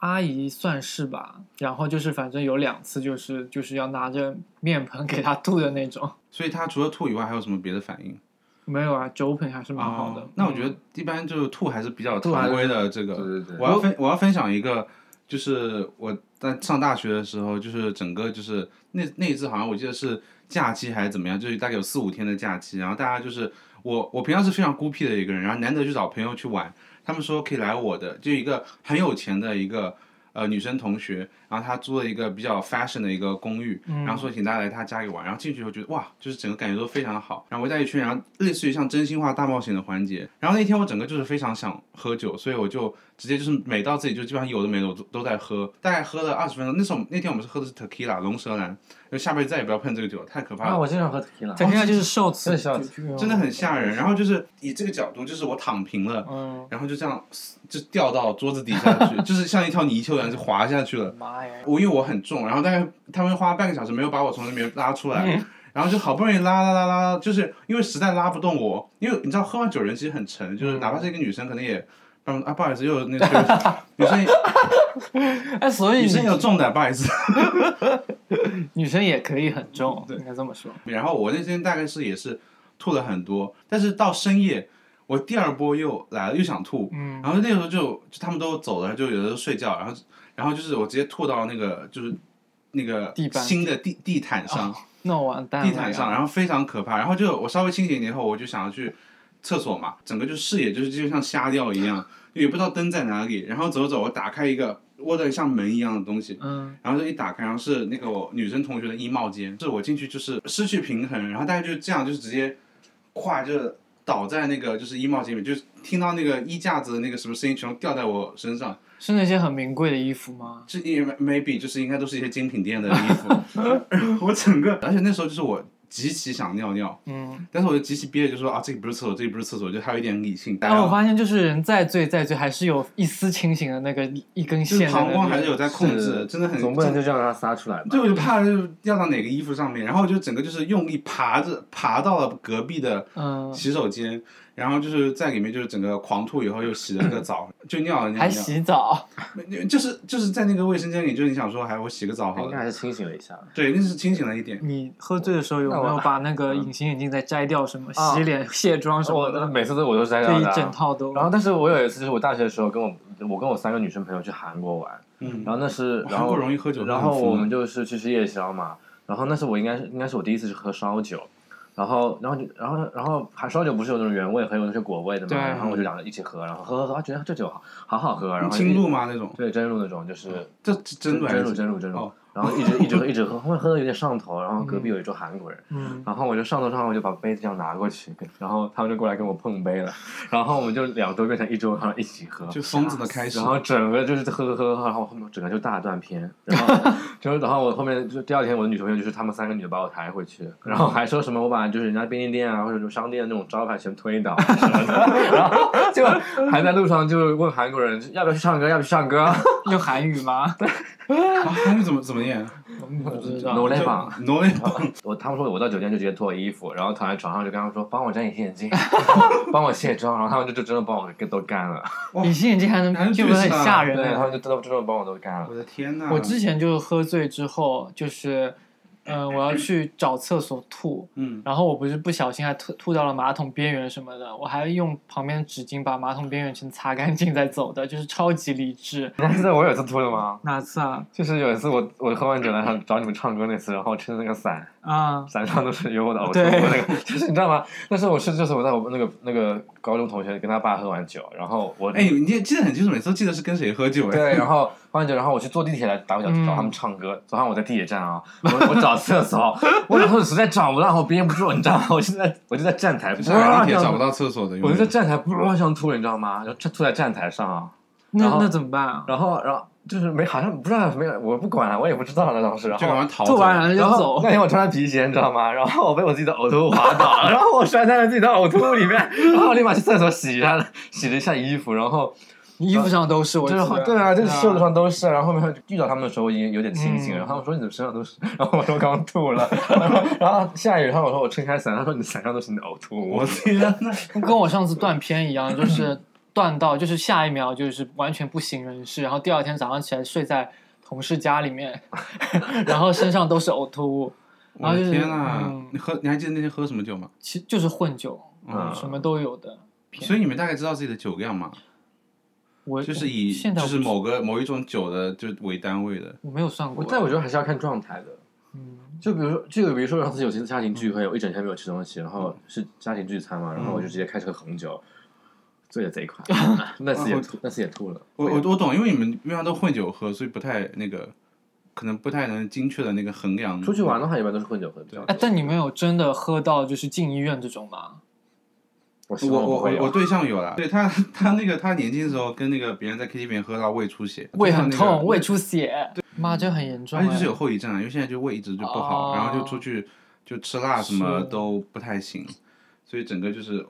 S1: 阿姨算是吧，然后就是反正有两次就是就是要拿着面盆给她吐的那种。
S2: 所以她除了吐以外，还有什么别的反应？
S1: 没有啊，酒品还是蛮好的。
S2: 哦那我觉
S1: 嗯
S2: 得一般就是吐还是比较
S3: 吐
S2: 常
S3: 还是
S2: 规的这个。
S3: 对对对
S2: 我要分我要分享一个，就是我在上大学的时候，就是整个就是那那一次好像我记得是假期还是怎么样，就是大概有四五天的假期，然后大家就是我我平常是非常孤僻的一个人，然后难得去找朋友去玩，他们说可以来我的，就一个很有钱的一个。呃，女生同学，然后她租了一个比较 fashion 的一个公寓，然后说请大家来她家里玩，然后进去以后觉得哇，就是整个感觉都非常好，然后围在一圈，然后类似于像真心话大冒险的环节，然后那天我整个就是非常想喝酒，所以我就直接就是每到自己就基本上有的没的我都都在喝，大概喝了二十分钟，那时候那天我们是喝的是 tequila 龙舌兰，就下辈子再也不要碰这个酒，太可怕
S3: 啊，
S2: 了。
S3: 我经常喝 tequila，
S1: 他现在哦就是受嗯此
S3: 真的受
S2: 真的很吓人，然后就是以这个角度，就是我躺平了，
S1: 嗯，
S2: 然后就这样就掉到桌子底下去，就是像一条泥鳅一样就滑下去了。
S1: 妈呀！
S2: 我因为我很重，然后大概他们花半个小时没有把我从那边拉出来，
S1: 嗯
S2: 然后就好不容易拉拉拉拉，就是因为实在拉不动我，因为你知道喝完酒人其实很沉，
S1: 嗯
S2: 就是哪怕是一个女生可能也。嗯啊，不好意思，又有那个对 不起女生也，
S1: 哎，所以
S2: 女生
S1: 女
S2: 也有重的，不好意思。
S1: 女生也可以很重，应该这么说。
S2: 然后我那天大概是也是吐了很多，但是到深夜，我第二波又来了，又想吐，
S1: 嗯
S2: 然后那个时候就就他们都走了，就有的都睡觉，然后然后就是我直接吐到那个就是那个
S1: 地哦板
S2: 新的地地毯上，
S1: 那我完蛋了
S2: 地
S1: 呀。
S2: 毯上，然后非常可怕。然后就我稍微清醒一点以后，我就想要去厕所嘛，整个就视野就是就像瞎掉一样，也不知道灯在哪里。然后走着走，我打开一个握着像门一样的东西，
S1: 嗯，
S2: 然后就一打开，然后是那个我女生同学的衣帽间，是我进去就是失去平衡，然后大概就这样，就是直接跨就是倒在那个就是衣帽间里面，就是听到那个衣架子的那个什么声音全部掉在我身上，
S1: 是那些很名贵的衣服吗？
S2: 这也 maybe 就是应该都是一些精品店的衣服， 我整个，而且那时候就是我极其想尿尿，
S1: 嗯，
S2: 但是我就极其憋着，就说啊，这个不是厕所，这个不是厕所，就还有一点理性。
S1: 但我发现就是人再醉再醉，还是有一丝清醒的那个一根
S2: 就是
S1: 线在那
S2: 膀
S1: 里。
S2: 胱还是有在控制，真的很。
S3: 总不能就这样让它撒出来吧？
S2: 对，我就怕就是掉到哪个衣服上面，然后我就整个就是用力爬着爬到了隔壁的
S1: 嗯，
S2: 洗手间，然后就是在里面就是整个狂吐以后又洗了个 澡，就尿了尿
S1: 还
S2: 尿，
S1: 洗澡。
S2: 就是就是在那个卫生间里，就是你想说还我洗个澡好
S3: 应该
S2: 了，
S3: 还是清醒了一下。
S2: 对，那是清醒了一点。
S1: 你喝醉的时候有
S3: 那我
S1: 没有把那个
S2: 嗯
S1: 隐形眼镜再摘掉？什么
S3: 啊
S1: 洗脸、卸妆什么
S3: 我
S1: 的，
S3: 哦每次都我都摘
S1: 这
S3: 掉
S1: 一
S3: 的啊。
S1: 整套都。
S3: 然后，但是我有一次就是我大学的时候，跟我我跟我三个女生朋友去韩国玩，
S2: 嗯，
S3: 然后那是
S2: 哇
S3: 然
S2: 韩
S3: 后
S2: 国容易喝酒
S3: 然
S2: 真的很
S3: 后
S2: 疯
S3: 我
S2: 啊
S3: 们就是去吃夜宵嘛，然后那是我应该是应该是我第一次去喝烧酒，然后然后就然后然后还烧酒不是有那种原味和有那些果味的嘛，
S1: 对嗯
S3: 然后我就两个一起喝，然后喝喝喝，啊觉得这酒好好好喝，然后
S2: 清露吗那种？哦
S3: 对真露那种就是
S2: 这这真的还
S3: 真
S2: 是
S3: 露真露真
S2: 哦
S3: 露，然后一直一直喝一直喝，后面喝的有点上头，然后隔壁有一桌韩国人，
S1: 嗯，
S3: 然后我就上头上头我就把杯子这样拿过去，然后他们就过来跟我碰杯了，然后我们就两桌变成一桌，然后一起喝，
S2: 就疯子的开始
S3: 然。后整个就是喝喝喝，然后后面整个就大断片，然后就是然后我后面就第二天我的女朋友就是她们三个女的把我抬回去，然后还说什么我把就是人家便利店啊或者说商店那种招牌全推倒 什么的，然后就还在路上就问韩国人要不要去唱歌，要不要去唱歌，
S1: 用韩语吗？
S2: 啊，韩语怎么怎么念？
S1: 不知
S3: 努
S1: 道
S3: 力。雷棒
S2: 就努力棒，
S3: 我他们说我到酒店就直接脱衣服，然后躺在床上就跟他们说帮我摘隐形眼镜，帮我卸妆，然后他们就就真的帮我给都干了，
S1: 隐形眼镜还
S2: 还
S1: 能
S2: 能
S1: 就不是很
S2: 近视啊
S1: 吓人
S3: 对，
S1: 呢
S3: 他们就真的真的帮我都干了
S2: 我。的天呐！
S1: 我之前就是喝醉之后，就是，嗯、我要去找厕所吐，
S2: 嗯，
S1: 然后我不是不小心还吐吐到了马桶边缘什么的，我还用旁边纸巾把马桶边缘全擦干净再走的，就是超级理智。
S3: 你还记得我有一次吐了吗？
S1: 哪次啊？
S3: 就是有一次我我喝完酒来想找你们唱歌那次，然后撑着那个伞，
S1: 啊，
S3: 伞上都是有我的呕吐
S1: 对
S3: 物，那个就是你知道吗？那时候我是就是我在我那个那个高中同学跟他爸喝完酒，然后我
S2: 哎，你记得很清楚，每次都记得是跟谁喝酒哎。
S3: 对，然后喝完酒，然后我去坐地铁来打小
S1: 嗯
S3: 找他们唱歌。早上我在地铁站啊， 我我找厕所， 我找厕所实在找不到，我憋不住，你知道吗？我 就在我就在站台，
S2: 就是打地铁
S3: 哇
S2: 找不，到厕所的，因
S3: 我
S2: 为
S3: 就在站台不乱想吐，你知道吗？然后吐在站台上啊，
S1: 那
S3: 然后
S1: 那怎么办啊？
S3: 然后然后就是没好像不知道没有，我不管了，我也不知道了当时，然
S2: 就赶
S3: 后。
S2: 快逃
S1: 吐
S2: 走。
S1: 完了就
S3: 然后
S1: 走
S3: 那。天我穿着皮鞋，你知道吗？然后我被我自己的呕吐物滑倒 了，然后我摔在了自己的呕吐物里面， 然后我立马去厕所洗一下，洗了一下衣服，然后
S1: 你衣服上都是，我
S3: 就是
S1: 记得
S3: 对啊，就是袖子上都是。然后后面遇到他们的时候，我已经有点清醒
S1: 嗯
S3: 了。然后他们说你怎么身上都是？然后我说刚吐了。然后然后下雨，然后我说我撑开伞，他说你伞上都是你的呕吐物。
S2: 我天 呐！
S1: 跟跟我上次断片一样，就是断到就是下一秒就是完全不省人事，然后第二天早上起来睡在同事家里面， 然后身上都是呕吐物，然
S2: 我
S1: 后就
S2: 的
S1: 是
S2: 天呐
S3: 啊
S1: 嗯！
S2: 你喝，你还记得那天喝什么酒吗？
S1: 其实就是混酒，
S3: 嗯
S1: 什么都有的。
S2: 所以你们大概知道自己的酒量嘛？
S1: 我
S2: 就是以
S1: 现在
S2: 就
S1: 我
S2: 是某个某一种酒的就为单位的。
S1: 我没有算过
S3: 我，但我觉得还是要看状态的。
S1: 嗯
S3: 就比如说，就比如说上次有些家庭聚会，我一整天没有吃东西，然后是家庭聚餐嘛，然后我就直接开始喝红酒，醉 的贼快。那次也吐，那次也吐了。
S2: 我我我懂，因为你们一般都混酒喝，所以不太那个，可能不太能精确的那个衡量。
S3: 出去玩的话，一般都是混酒喝的比较多。
S1: 哎，但你们有真的喝到就是进医院这种吗？
S3: 我希
S2: 我
S3: 望
S2: 我
S3: 不会
S2: 我我
S3: 有。
S2: 对象有了， 对他他那个他年轻的时候跟那个别人在 KTV 里面喝到胃出血，
S1: 胃很
S2: 就像那
S1: 痛，
S2: 个
S1: 胃出血，妈，这很严重
S2: 而且就是
S1: 哎。
S2: 有后遗症啊，因为现在就胃一直就不好，
S1: 哦
S2: 然后就出去就吃辣什么
S1: 是
S2: 都不太行，所以整个就是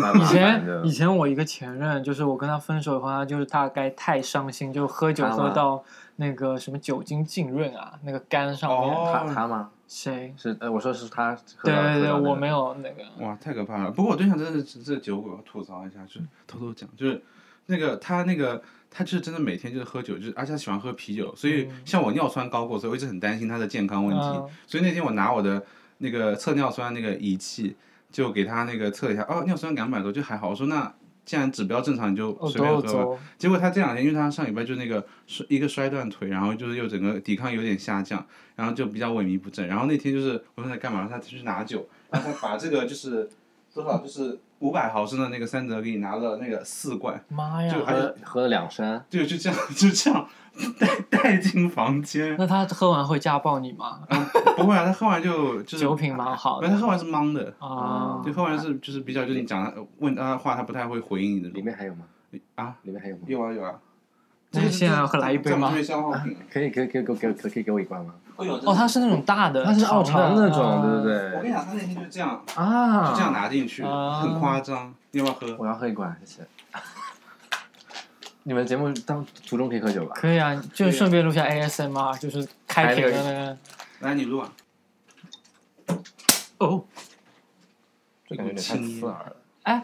S3: 蛮麻
S1: 以
S3: 烦
S1: 前
S3: 的
S1: 以前我一个前任，就是我跟他分手以后，他就是大概太伤心，就喝酒
S3: 他吗
S1: 喝到那个什么酒精浸润啊，那个肝上面。
S2: 哦，
S3: 他他吗？
S1: 谁？
S3: 是呃，我说是他喝
S1: 对
S3: 到。
S1: 对
S3: 喝
S1: 对，
S3: 到那个
S1: 我没有那个。
S2: 哇，太可怕了！不过我对象真的是这酒鬼，我吐槽一下，就是偷偷讲，就是那个他那个他就是真的每天就是喝酒，就是而且他喜欢喝啤酒，所以
S1: 嗯
S2: 像我尿酸高过，所以我一直很担心他的健康问题。
S1: 嗯
S2: 所以那天我拿我的那个测尿酸那个仪器，就给他那个测了一下，哦，尿酸两百多，就还好。我说那既然指标正常，你就
S1: 哦，
S2: 随便
S1: 都
S2: 喝吧。
S1: 走。
S2: 结果他这两天，因为他上礼拜就那个摔一个摔断腿，然后就是又整个抵抗有点下降，然后就比较萎靡不振。然后那天就是我说在干嘛，他去拿酒，然后他把这个就是多少就是五百毫升的那个三得利拿了那个四罐，
S1: 妈呀！
S2: 就还
S3: 喝喝了两升，
S2: 就就这样就这样带带进房间。
S1: 那他喝完会家暴你吗？
S2: 不会啊，他喝完就就是
S1: 酒品蛮好
S2: 不是
S1: 的
S2: 他喝完是懵的，
S1: 啊
S2: 就喝完是就是比较就是你讲他问他话，他不太会回应你的那
S3: 里
S2: 种。
S3: 面还有吗？
S2: 啊，
S3: 里面还有吗？
S2: 有啊有啊。
S1: 那
S2: 这
S1: 现在要来一杯吗
S2: 这这消耗品。
S3: 可以，可以，可以给我，给我，可以给我一罐吗？
S1: 哦，它是那种大的，
S3: 它是奥
S1: 长
S3: 长
S1: 的
S3: 那种，对不？
S1: 啊
S2: 我跟
S3: 对？
S2: 你讲，他那天就是这样。
S3: 啊，
S2: 就这样，拿进去，
S1: 啊
S2: 很夸张。你要不要喝？
S3: 我要喝一罐，谢谢。你们节目当途中可以喝酒吧？
S1: 可以啊，就顺便录下 ASMR，就是开瓶的
S3: 开
S1: 那个。
S2: 来，你录啊。
S1: 哦，
S3: 这感觉有点太刺耳了。
S1: 哎，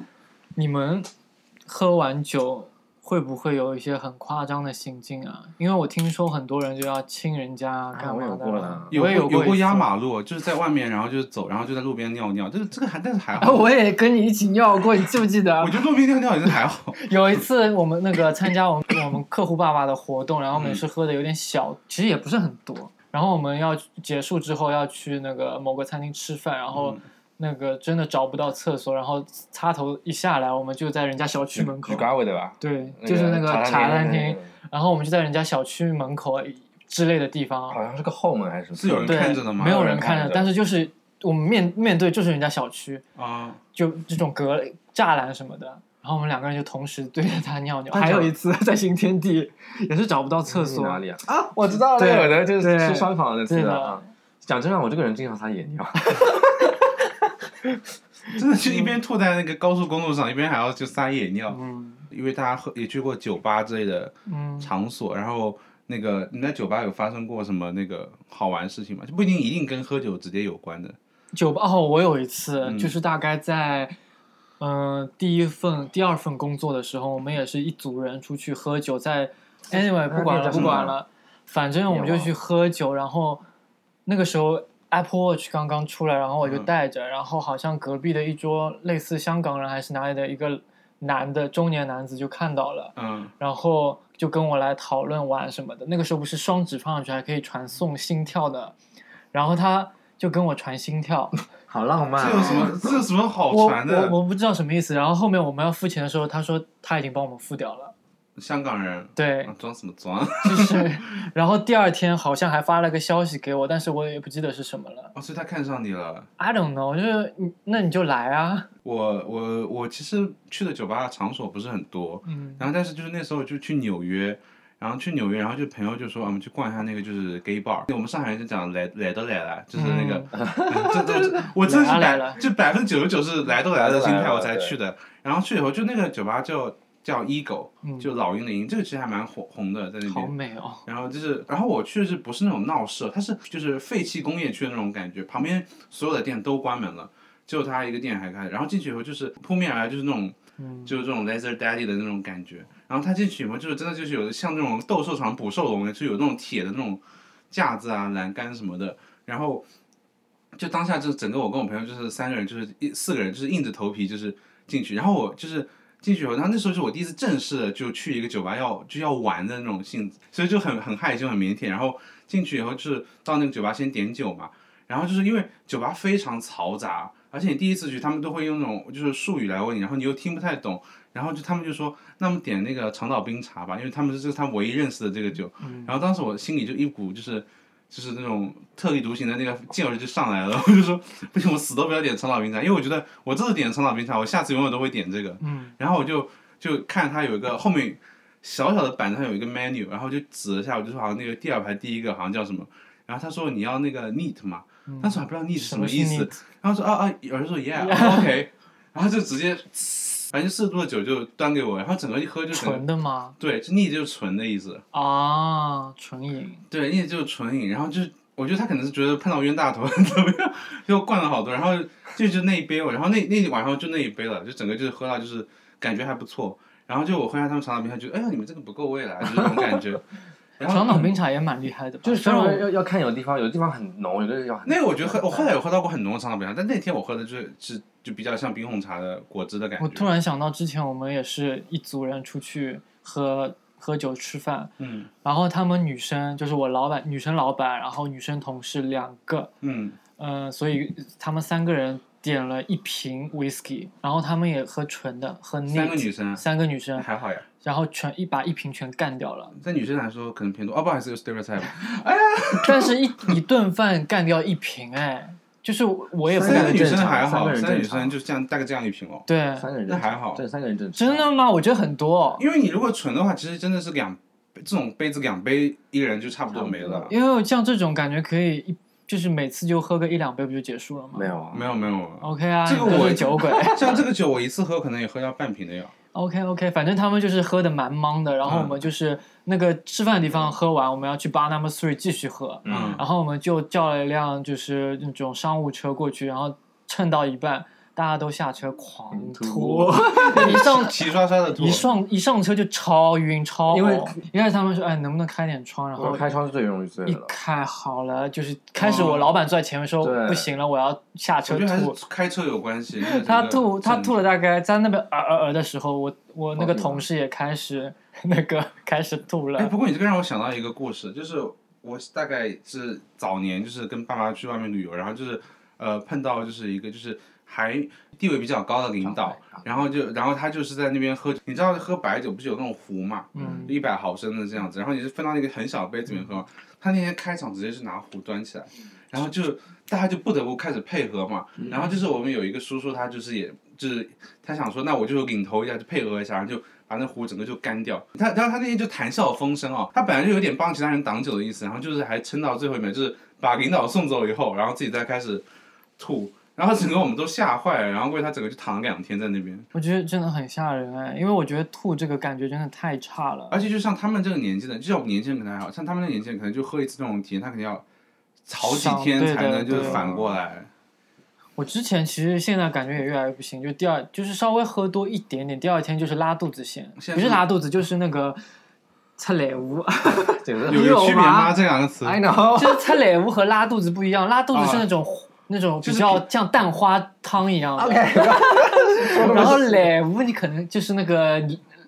S1: 你们喝完酒会不会有一些很夸张的行径啊？因为我听说很多人就要亲人家啊
S3: 啊，
S1: 干
S3: 我
S1: 嘛
S3: 有过
S1: 的。
S3: 了。
S1: 有我也
S2: 有
S1: 过一
S2: 过
S1: 次
S2: 压马路，哦就是在外面，然后就是走，然后就在路边尿尿。这个这个还但是还
S1: 啊，
S2: 好，
S1: 我也跟你一起尿过，你记不记得？啊
S2: 我觉得路边尿尿也是还 好。
S1: 有一次我们那个参加我们 我们客户爸爸的活动，然后我们是喝的有点小，其实也不是很多。然后我们要结束之后要去那个某个餐厅吃饭，然后
S2: 嗯
S1: 那个真的找不到厕所，然后插头一下来，我们嗯就在人家小区门口
S3: 你，瓜味对吧？
S1: 对，就是那个
S3: 茶
S1: 茶餐
S3: 餐
S1: 厅，，然后我们就在人家小区门口之类的地方啊，
S3: 好像是个后门还是什么？
S2: 是有人
S1: 对
S2: 看着的吗，
S1: 没有人
S3: 人看
S1: 看着，
S3: 着
S1: 但是就是我们面面对就是人家小区，
S2: 啊，
S1: 就这种隔栅栏什么的。然后我们两个人就同时对着他尿尿。
S2: 班长
S1: 还有一次在新天地，也是找不到厕
S3: 是
S1: 所，
S3: 哪里啊？啊，我知道
S1: 嗯
S3: 了，
S1: 对
S3: 有的就
S1: 对
S3: 是吃双烤的，
S1: 对的
S3: 啊。讲真的，我这个人经常撒野尿，
S2: 真的就一边吐在那个高速公路上，一边还要就撒野尿，
S1: 嗯
S2: 因为大家喝也去过酒吧之类的
S1: 嗯，
S2: 场所，然后那个你在酒吧有发生过什么那个好玩的事情吗？就不一定一定跟喝酒直接有关的，
S1: 酒吧哦，我有一次、
S2: 嗯
S1: 就是大概在，嗯、第一份、第二份工作的时候，我们也是一组人出去喝酒，在 anyway 不管 了
S3: 那叫什
S1: 不
S3: 么
S1: 管了，反正我们就
S3: 也忘
S1: 去喝酒，然后那个时候 Apple Watch 刚刚出来，然后我就
S2: 嗯
S1: 带着，然后好像隔壁的一桌类似香港人还是哪里的一个男的中年男子就看到了，
S2: 嗯，
S1: 然后就跟我来讨论玩什么的。那个时候不是双指放上去还可以传送心跳的，然后他就跟我传心跳，
S3: 好浪漫
S2: 这
S3: 啊。
S2: 有什么这有什么好
S1: 我
S2: 传
S1: 我
S2: 的？
S1: 我不知道什么意思。然后后面我们要付钱的时候，他说他已经帮我们付掉了。
S2: 香港人
S1: 对
S2: 啊，装什么装？
S1: 就是，然后第二天好像还发了个消息给我，但是我也不记得是什么了。
S2: 哦，所以他看上你了。
S1: I don't know，就是你那你就来啊，
S2: 我我我其实去的酒吧的场所不是很多，
S1: 嗯
S2: 然后但是就是那时候就去纽约，然后去纽约，然后就朋友就说啊我们去逛一下那个就是 gay bar，我们上海人就讲来来都来了，就是那个，这 这我真的是
S1: 来了来
S2: 百就百分之九十九是来都来的心
S3: 来都来
S2: 态
S3: 了
S2: 我才去的，然后去以后就那个酒吧就叫 Ego，
S1: 嗯，
S2: 就老鹰的鹰，这个其实还蛮红红的在那
S1: 好
S2: 边。
S1: 美哦，
S2: 然后就是，然后我去的是不是那种闹市哦，它是就是废弃工业区的那种感觉，旁边所有的店都关门了，只有它一个店还开。然后进去以后就是扑面而来就是那种
S1: 嗯，
S2: 就是这种 Laser Daddy 的那种感觉。然后他进去以后就是真的就是有像那种斗兽场捕兽笼，就有那种铁的那种架子啊、栏杆什么的。然后就当下就是整个我跟我朋友就是三个人就是一四个人就是硬着头皮就是进去。然后我就是进去以后，然后那时候是我第一次正式的就去一个酒吧要就要玩的那种性质，所以就很很害羞很腼腆。然后进去以后就是到那个酒吧先点酒嘛，然后就是因为酒吧非常嘈杂，而且你第一次去，他们都会用那种就是术语来问你，然后你又听不太懂，然后就他们就说，那么点那个长岛冰茶吧，因为他们是这是他唯一认识的这个酒。然后当时我心里就一股就是就是那种特立独行的那个劲儿就上来了，我就说不行，我死都不要点长岛冰茶，因为我觉得我这次点长岛冰茶，我下次永远都会点这个。
S1: 嗯，
S2: 然后我就就看它有一个后面小小的板子上有一个 menu，然后就指了一下，我就说好像那个第二排第一个好像叫什么，然后他说你要那个 neat 嘛，当时我还不知道 neat 是嗯什么意
S1: 什
S2: 思
S1: 么，
S2: 然后说啊啊，有人说 yeah，OK，然后就直接反正四十度的酒就端给我，然后整个一喝就整个
S1: 纯的 吗？
S2: 对，就 neat 就是纯的意思，
S1: 啊，纯饮，
S2: 对，neat 就是纯饮，然后就是。我觉得他可能是觉得碰到冤大头 怎么样，就灌了好多，然后就就那一杯，然后那那晚上就那一杯了，就整个就是喝到就是感觉还不错，然后就我喝下他们长岛冰茶，觉得哎呀你们这个不够味了，就是那种感 觉。然后
S1: 长岛冰茶也蛮厉害的吧，
S3: 就是
S1: 虽然
S3: 要
S1: 我
S3: 要要看有地方，有地方很浓，有的要很
S2: 那个我觉得喝，我后来有喝到过很浓的长岛冰茶，但那天我喝的就是是就比较像冰红茶的果汁的感觉。
S1: 我突然想到之前我们也是一组人出去喝喝酒吃饭，
S2: 嗯
S1: 然后他们女生就是我老板女生老板，然后女生同事两个，
S2: 嗯，
S1: 嗯、所以他们三个人点了一瓶 whisky，然后他们也喝纯的，喝 neat,
S2: 三个女生啊
S1: 三个女生，
S2: 还好呀。
S1: 然后全一把一瓶全干掉了，
S2: 在女生来说可能偏多。哦，不好意思，有 stereotype。
S1: 但是一一顿饭干掉一瓶，哎，就是我也不
S3: 三个
S2: 三
S1: 敢
S2: 个
S3: 人
S2: 女生
S3: 正常
S2: 还
S3: 三
S2: 好，
S3: 个人
S2: 三个女
S3: 正常
S2: 生就这样大概这样一瓶哦。
S1: 对，
S3: 三个人
S2: 那还好
S3: 对，三个人正常
S1: 真的吗？我觉得很多，
S2: 因为你如果纯的话，其实真的是两这种杯子两杯，一个人就差不多没了。
S1: 因为像这种感觉可以一就是每次就喝个一两杯不就结束了吗？
S3: 没有啊，
S2: 没有没有，
S1: OK 啊，
S2: 这个
S1: 你都
S2: 我
S1: 是酒鬼。
S2: 像这个酒我一次喝可能也喝掉半瓶 的药。
S1: OK OK，反正他们就是喝的蛮懵的，然后我们就是那个吃饭的地方喝完，我们要去 Bar Number Three 继续喝，
S2: 嗯
S1: 然后我们就叫了一辆就是那种商务车过去，然后蹭到一半，大家都下车狂吐，一上
S2: 齐刷刷的吐
S1: 一。上一上车就超晕超
S3: 因为
S1: 呕一开始他们说哎能不能开点窗，然
S3: 我
S1: 后
S3: 开窗是最容易醉
S1: 一
S3: 的了。
S1: 开好了，就是开始我
S2: 哦
S1: 老板坐在前面说
S3: 对
S1: 不行了，我要下车
S2: 我觉得还
S1: 吐，
S2: 是开车有关系。就是
S1: 他
S2: 整个
S1: 吐，他
S2: 正哦
S1: 吐了大概在那边呃呃呃的时候，我我那个同事也开始 那个开始吐
S2: 哎，
S1: 了。
S2: 不过你这个让我想到一个故事，就是我大概是早年就是跟爸妈去外面旅游，然后就是呃碰到就是一个就是还地位比较高的领导，然后就然后他就是在那边喝，你知道喝白酒不是有那种壶嘛，
S1: 嗯
S2: 一百毫升的这样子，然后你是分到那个很小杯子里面喝，他那天开场直接是拿壶端起来，然后就大家就不得不开始配合嘛，然后就是我们有一个叔叔，他就是也就是他想说，那我就领头一下，就配合一下，然后就把那壶整个就干掉。他然后他那天就谈笑风生哦，他本来就有点帮其他人挡酒的意思，然后就是还撑到最后一秒，就是把领导送走以后，然后自己再开始吐。然后整个我们都吓坏了，然后为他整个就躺了两天在那边，
S1: 我觉得真的很吓人哎，因为我觉得吐这个感觉真的太差了。
S2: 而且就像他们这个年纪的，就像我们年轻人可能还好，像他们那年轻人可能就喝一次这种体验，他肯定要好几
S1: 上
S2: 天
S1: 对
S2: 才
S1: 的
S2: 能就是
S1: 对
S2: 反过来。
S1: 我之前其实现在感觉也越来越不行，就第二就是稍微喝多一点点，第二天就是拉肚子先，
S2: 现在
S1: 不是
S2: 是
S1: 拉肚子就是那个擦脸 无，
S3: 这个
S2: 有
S1: 你
S2: 有
S1: 有
S2: 区别
S1: 吗
S2: 吗？这两个词？
S3: I know，
S1: 就是擦脸无和拉肚子不一样，拉肚子是那种、那种比
S2: 哦就是啊
S1: 较像蛋花汤一样的 然后脸无你可能就是那个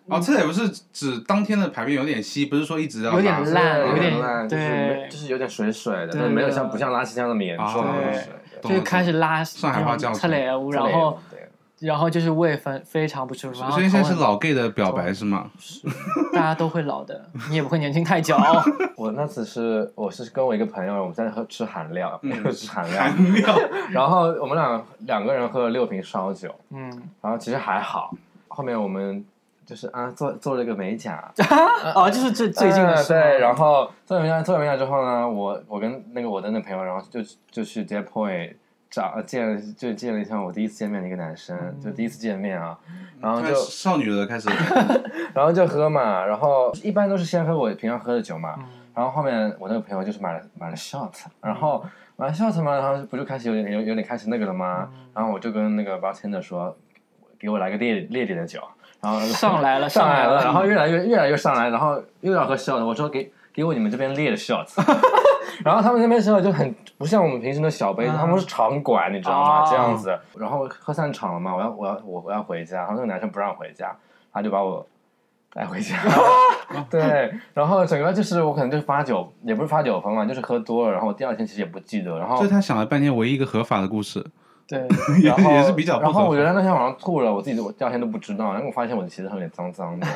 S2: 哦，这也不是指当天的牌面有点稀，不是说一直要
S1: 有点
S2: 拉
S1: 烂
S3: 有
S1: 有点
S3: 烂，就是
S1: 对
S3: 没就是有点水水的，
S1: 对
S3: 但是没有
S1: 对
S3: 像不像拉稀这样那么严重
S2: 啊
S3: 的
S1: 对
S3: 水。对
S2: 懂
S1: 就
S2: 了
S1: 是开始拉
S2: 上海话叫
S1: 擦脸无，
S3: 之类
S1: 然
S3: 的
S1: 后
S3: 对
S1: 然后就是胃分非常不舒服，然后
S2: 所以现在是
S1: 头很
S2: 老 gay 的表白是吗？
S1: 大家都会老的，你也不会年轻 太久。
S3: 我那次是我是跟我一个朋友，我们在喝吃韩料，
S2: 嗯
S3: 吃韩料，
S2: 含料，
S3: 然后我们俩两个人喝了六瓶烧酒，
S1: 嗯，
S3: 然后其实还好。后面我们就是啊做做了一个美甲，
S1: 哦，就是这最近的
S3: 呃
S1: 事吗、
S3: 对，然后做完美甲做完美甲之后呢，我我跟那个我的那朋友，然后就就去 d e p o i 找呃见了就见了一下我第一次见面的一个男生，就第一次见面啊，
S1: 嗯
S3: 然后就
S2: 开始少女了开始。
S3: 然后就喝嘛，然后一般都是先喝我平常喝的酒嘛，
S1: 嗯
S3: 然后后面我那个朋友就是买了买了 shot，然后买了 shot 嘛，然后不就开始有点有有点开始那个了吗？
S1: 嗯
S3: 然后我就跟那个 bartender 说，给我来个烈烈点的酒，然后
S1: 上来了，
S3: 上
S1: 来
S3: 来了，然后越来越越来越上来，然后又要喝 shot，我说给给我你们这边烈的 shot，然后他们那边 shot 就很不像我们平时的小杯子，
S1: 嗯
S3: 他们是长管，你知道吗？
S1: 哦
S3: 这样子，然后喝散场了嘛，我要我要我我要回家，然后那个男生不让回家，他就把我带回家，对，然后整个就是我可能就是发酒，也不是发酒疯嘛，就是喝多了，然后我第二天其实也不记得，然后
S2: 这是他想了半天唯一一个合法的故事，
S1: 对，
S2: 也
S3: 然后
S2: 也是比较不
S3: 然后
S2: 合
S3: 我原
S2: 法。
S3: 来那天晚上吐了，我自己我第二天都不知道，然后我发现我的鞋子上有点脏脏的，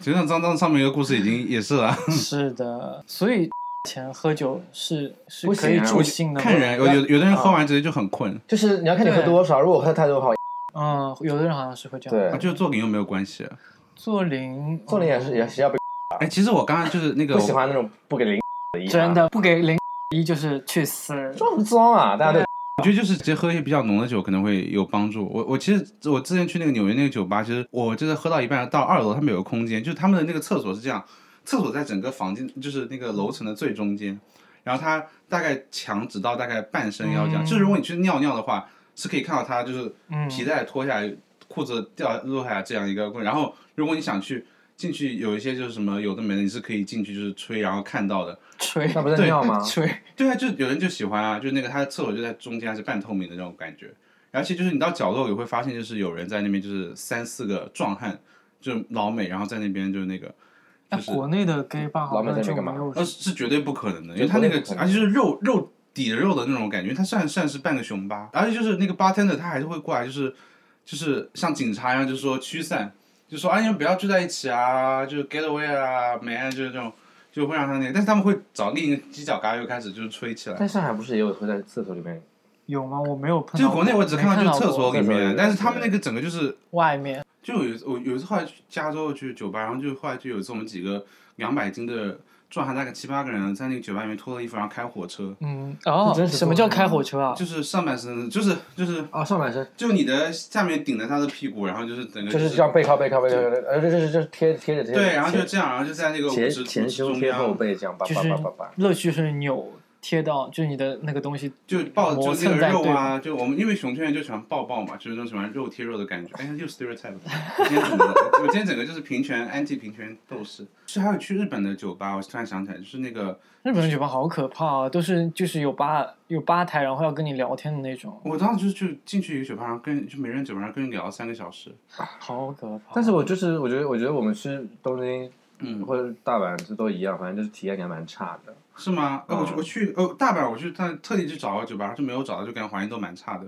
S2: 其实像张张上面一个故事已经也是了，
S1: 是的，所以前喝酒是是
S3: 不
S1: 可以
S3: 行啊
S1: 助兴的吗，
S2: 看人，有有有的人
S3: 嗯
S2: 喝完直接就很困，
S3: 就是你要看你喝
S1: 对
S3: 多少，如果喝太多的话，
S1: 嗯，有的人好像是会这样。
S3: 对
S2: 啊，就做零又没有关系。
S1: 做零，嗯
S3: 做人也是也是要被
S2: 哎，其实我刚刚就是那个
S3: 不，喜欢那种不给零的意思啊
S1: 真的不给零一就是去死。
S3: 装什么装啊？大家都
S2: 我觉得就是直接喝一些比较浓的酒可能会有帮助。我我其实我之前去那个纽约那个酒吧，其实我就是喝到一半到二楼，他们有个空间，就是他们的那个厕所是这样，厕所在整个房间就是那个楼层的最中间，然后它大概墙只到大概半身腰这样，
S1: 嗯
S2: 就是如果你去尿尿的话，是可以看到它就是
S1: 嗯，
S2: 皮带脱下来，裤子掉落下来这样一个过程。然后如果你想去进去，有一些就是什么有的没的，你是可以进去就是吹，然后看到的。
S1: 吹
S3: 那不是尿吗？
S1: 吹，
S2: 对啊，就有人就喜欢啊，就那个他的厕所就在中间，还是半透明的那种感觉。而且就是你到角落也会发现，就是有人在那边，就是三四个壮汉，就是老美，然后在那边就是那个，
S1: 那
S2: 就是
S1: 国内的 gay bar 好
S3: 老美
S1: 像
S3: 在那
S1: 就
S3: 干嘛
S1: 没有
S2: 呃是绝对不可能的，因为
S3: 对
S2: 他那个
S3: 不可能
S2: 而且就是肉肉底的肉的那种感觉，他算算是半个熊吧。而且就是那个 bartender 他还是会过来，就是就是像警察一样，就是说驱散，就说啊你们不要聚在一起啊，就是 get away 啊，man 就是这种，就会让他那个，但是他们会找另一个犄角旮旯又开始就是吹起来。
S3: 在上海不是也有会在厕所里面？
S1: 有吗？我没有碰
S2: 就
S1: 到过。
S2: 是国内我只
S1: 没
S2: 看到就
S1: 过
S2: 是厕所里
S3: 厕所里
S2: 面
S3: 面，
S2: 但是他们那个整个就是，
S1: 外面，
S2: 就有一次我有一次后来去加州去酒吧，然后就后来就有一次我们几个两百斤的壮汉，大概七八个人在那个酒吧里面脱了衣服，然后开火车，
S1: 嗯，哦
S3: 这真，是
S1: 什么
S3: 做
S1: 叫
S3: 的
S1: 开火车啊？
S2: 就是上半身就是啊就是
S3: 哦，上半身
S2: 就你的下面顶着他的屁股，然后就是整个
S3: 就是
S2: 是
S3: 这样背靠背靠背靠背，呃，就是就是就是贴贴着贴着，
S2: 对，然后就这样，然后就在那个
S3: 前
S2: 舞池
S3: 前
S2: 舞
S3: 前
S2: 池
S3: 胸
S2: 中
S3: 贴后
S2: 央，哦
S3: 背这样叭
S1: 就
S3: 叭
S1: 是
S3: 叭叭叭。
S1: 乐趣是扭贴到，就是你的那个东西
S2: 就抱
S1: 磨
S2: 就那
S1: 蹭
S2: 个
S1: 在
S2: 肉
S1: 对
S2: 啊，就我们因为熊圈人就喜欢抱抱嘛，就是那种喜欢肉贴肉的感觉。哎呀，又 stereotype 了。我今天整个，我今天整个就是平权 anti 平权斗士。是还有去日本的酒吧，我突然想起来，就是那个
S1: 日本的酒吧好可怕啊，都是就是有吧有吧台，然后要跟你聊天的那种，
S2: 我当时就是就进去一个酒吧，然后跟就没人酒吧，然后跟人聊了三个小时。
S1: 好可怕。啊
S3: 但是我就是我觉得我觉得我们去东京
S2: 嗯，
S3: 或者大阪这都一样，反正就是体验感蛮差的。
S2: 是吗？呃，我去
S3: 嗯
S2: 我去呃大阪，我去但特地去找个酒吧，就没有找到，就感觉环境都蛮差的。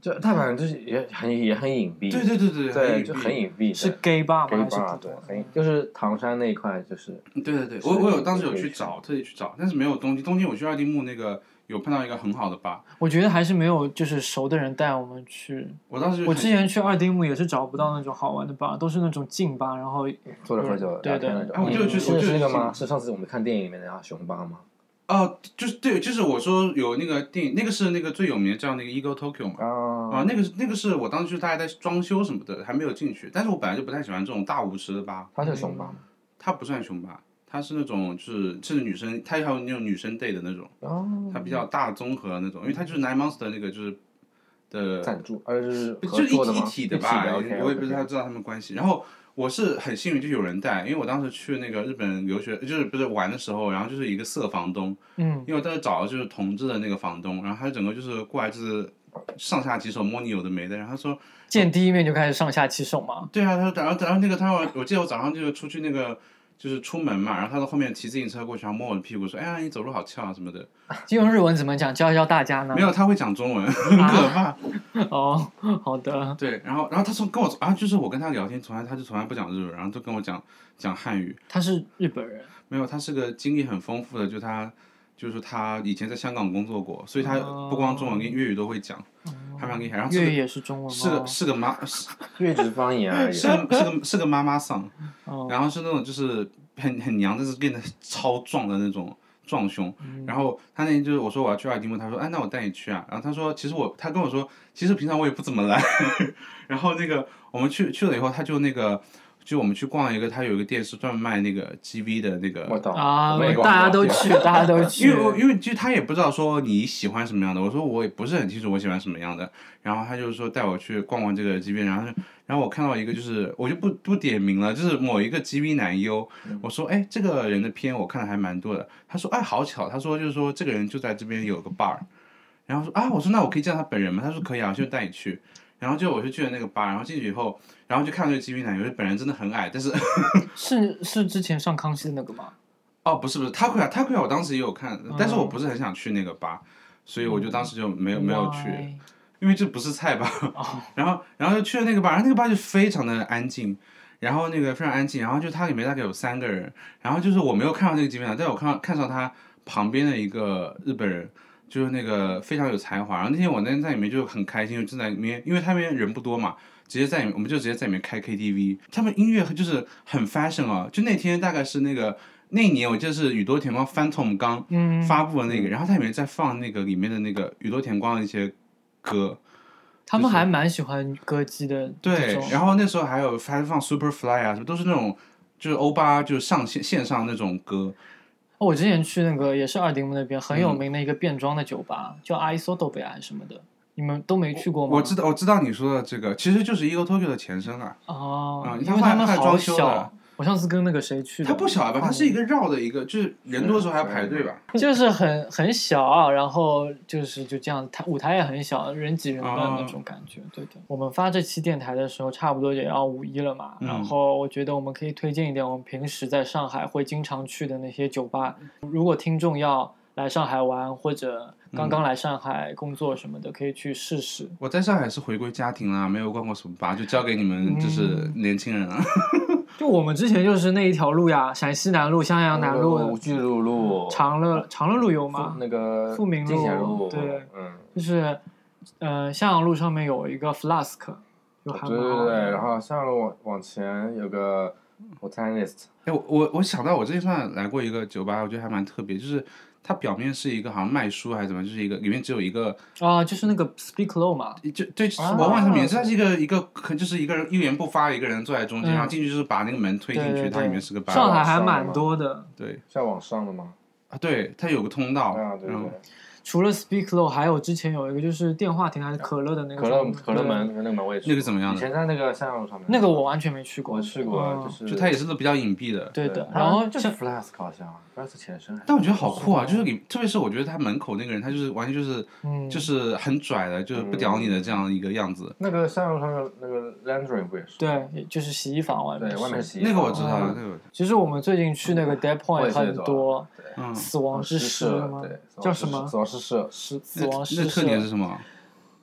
S3: 就大阪就是也很也很隐蔽，
S2: 对对对对
S3: 对，
S2: 对，
S3: 就
S2: 很
S3: 很
S2: 隐
S3: 隐蔽，
S1: 是
S3: 对
S1: gay 吧吗？
S3: gay
S1: 还是
S3: bar，
S1: 普
S3: 对
S1: 通，
S3: 很就是唐山那一块，就是
S2: 蔽。对对对，
S3: 是
S2: 我我有
S3: 是
S2: 当时有
S3: 是
S2: 去
S3: 是
S2: 找，特意去找，但是没有东京。东京我去二丁目那个有碰到一个很好的吧，
S1: 我觉得还是没有就是熟的人带我们去。
S2: 我当时就
S1: 我
S2: 很
S1: 之前去二丁目也是找不到那种好玩的吧，都是那种劲吧，然后
S3: 坐着喝酒
S1: 对
S3: 聊天那
S1: 对
S3: 种。
S2: 啊我
S3: 你
S2: 就去
S3: 你
S2: 我
S3: 说的
S2: 就是
S3: 那个
S2: 去
S3: 吗？嗯是上次我们看电影里面的啊熊吧吗？
S2: 啊，就是对，就是我说有那个电影，那个是那个最有名的叫那个 Ego Tokyo 嘛。啊
S3: 啊，，
S2: 那个是那个是我当时就大概在装修什么的，还没有进去。但是我本来就不太喜欢这种大舞池的吧，
S3: 他是熊吧吗？
S2: 它不算熊吧，它是那种就是甚至女生，它还有那种女生 day 的那种，
S3: 哦，
S2: 它比较大综合那种，因为它就是 Nine Months 的那个就是的
S3: 赞助，而是
S2: 就
S3: 合
S2: 一
S3: 作的
S2: 一
S3: 吗？
S2: 体
S3: 的
S2: 吧，
S3: OK，
S2: 我也不知道知道他们关系。然后我是很幸运，就有人带，因为我当时去那个日本留学，就是不是玩的时候，然后就是一个色房东，
S1: 嗯，
S2: 因为我当时找的就是同志的那个房东，然后他整个就是过来就是上下几手摸你有的没的，然后他说
S1: 见第一面就开始上下其手嘛。
S2: 对啊，他说然后然后那个他说我记得我早上就出去那个。就是出门嘛，然后他从后面骑自行车过去，然后摸我的屁股说：“哎呀，你走路好翘啊什么的。
S1: 就用日文怎么讲，教一教大家”呢
S2: 没？有，他会讲中文，很
S1: 啊
S2: 可怕。
S1: 哦， 好的，
S2: 对，然后然后他从跟我啊，就是我跟他聊天，从来他就从来不讲日文，然后就跟我讲讲汉语。
S1: 他是日本人，
S2: 没有，他是个经历很丰富的，就他就是说他以前在香港工作过，所以他不光中文跟粤语都会讲，还蛮厉害。然后是
S1: 哦粤语
S2: 个
S1: 也是中文
S2: 是
S1: 吗
S2: 个？是个妈是
S3: 越是方言啊而已。
S2: 是啊个是个是个妈妈桑，
S1: 哦，
S2: 然后是那种就是很很娘，但是变得超壮的那种壮胸。然后他那天就是我说我要去阿尔丁目，他说哎那我带你去啊。然后他说其实我他跟我说其实平常我也不怎么来。 然后那个我们去去了以后，他就那个就我们去逛一个，他有一个店是专门卖那个 GV 的那
S3: 我
S2: 个。
S3: 懂
S1: 啊，
S3: 没
S1: 大家都去，大家 都
S2: 因
S1: 去
S2: 为。我因为其实他也不知道说你喜欢什么样的，我说我也不是很清楚我喜欢什么样的，然后他就说带我去逛逛这个 GV，然后就然后我看到一个就是我就不不点名了，就是某一个 GV 男优，我说哎这个人的片我看了还蛮多的，他说哎好巧，他说就是说这个人就在这边有个 bar，然后说啊我说那我可以见到他本人吗？他说可以啊，我就带你去。然后就我就去了那个 bar，然后进去以后，然后就看到这个 GV 男优，本人真的很矮，但是
S1: 是是之前上康熙的那个吗？
S2: 哦，不是不是 t a k u y a t a k u y a 啊我当时也有看，但是我不是很想去那个吧，所以我就当时就
S1: 嗯
S2: 没有没有去，
S1: Why？
S2: 因为这不是菜吧。 然后然后就去了那个吧，然后那个吧就非常的安静，然后那个非常安静，然后就它里面大概有三个人，然后就是我没有看到那个吉米娜，但我看到看到他旁边的一个日本人。就是那个非常有才华，然后那天我那天在里面就很开心，就在里面，因为他们人不多嘛，直接在里面，我们就直接在里面开 KTV。他们音乐就是很 fashion 啊，就那天大概是那个那一年，我记得是宇多田光 Phantom 刚
S1: 嗯，
S2: 发布的那个，然后它里面在放那个里面的那个宇多田光的一些歌，
S1: 他们还蛮喜欢歌姬的这
S2: 对
S1: 种，，
S2: 然后那时候还有还放 Superfly 啊，什么都是那种就是欧巴就是上线线上那种歌，
S1: 哦我之前去那个也是二丁目那边很有名的一个变装的酒吧，叫 i s o d o b 还是什么的，你们都没去过吗？
S2: 嗯我知道我知道你说的这个，其实就是 Ego Tokyo 的前身啊，
S1: 哦
S2: 啊，
S1: 因
S2: 他
S1: 为
S2: 后来
S1: 他们
S2: 后来
S1: 好
S2: 装修
S1: 小
S2: 了。
S1: 我上次跟那个谁去的，哦
S2: 它不小吧，它是一个绕的一个，就是人多的时候还要排队吧。
S1: 就是很很小、啊，然后就是就这样，它舞台也很小，人挤人的那种感觉。对的，我们发这期电台的时候，差不多也要五一了嘛。
S2: 嗯
S1: 然后我觉得我们可以推荐一点我们平时在上海会经常去的那些酒吧。如果听众要来上海玩，或者刚刚来上海工作什么的，可以去试试。
S2: 我在上海是回归家庭啦，啊没有逛过什么吧，就交给你们
S1: 嗯
S2: 就是年轻人啊。
S1: 就我们之前就是那一条路呀，陕西南路、襄阳南
S3: 五
S1: 路、
S3: 巨鹿路、
S1: 长乐长乐路有
S3: 富
S1: 吗？
S3: 哦那个
S1: 富民路
S3: 金钱路，
S1: 对，
S3: 嗯，
S1: 就是，呃，襄阳路上面有一个 Flask，有
S3: 对
S1: 韩
S3: 对
S1: 国好玩
S3: 对对，
S1: 的
S3: 然后下路往往前有个 botanist，
S2: 哎，我我我想到我之前上来过一个酒吧，我觉得还蛮特别，就是它表面是一个好像卖书还是怎么，就是一个里面只有一个，
S1: 啊，就是那个 Speak Low 嘛，
S2: 就对，就是
S3: 啊
S2: 我忘了
S1: 哦
S2: 它名字，它是一个一个可就是一个人一言不发，一个人坐在中间，
S1: 嗯
S2: 然后进去就是把那个门推进
S1: 对
S2: 去，
S1: 对
S2: 它
S1: 对
S2: 里面是个吧
S1: 上海
S2: 台，
S1: 还蛮多的。
S2: 对
S3: 是要往上的吗？
S2: 啊，对，它有个通道，
S3: 对啊，对
S2: 然后
S3: 对
S1: 除了 Speak Low，还有之前有一个就是电话亭还是可乐的那
S3: 对，
S1: 个
S3: 可乐
S1: 专
S3: 可乐
S1: 对
S3: 门那个门我也去过
S2: 那个怎么样
S3: 以
S2: 的？
S3: 前在那个哦下路上面，
S1: 那个我完全没去过，
S3: 我去过，
S1: 嗯
S3: 就是
S2: 就它也是都比较隐蔽的，
S1: 对的。
S3: 它
S1: 然后
S3: 就是
S1: 像
S3: flask 好像 flask 前身还是，
S2: 但我觉得好酷啊，就是你，特别是我觉得他门口那个人，他就是完全就是
S1: 嗯，
S2: 就是很拽的，就是不屌你的这样一个样子。
S3: 那个下路上面那个 laundry 不也是？
S1: 对，也就是洗衣房外面
S3: 对，
S1: 是。
S3: 外面是洗衣
S2: 那个我
S3: 房
S2: 知道，那个我
S1: 其实我们最近去那个 Dead
S3: 我
S1: Point
S3: 也是
S1: 很
S3: 走了
S1: 多，
S3: 对
S2: 嗯，
S1: 死亡之诗
S3: 社
S1: 吗
S3: 对，
S1: 叫什么
S3: 死亡诗社，
S1: 是死亡
S2: 那
S1: 诗
S2: 那特点
S1: 社
S2: 是什么？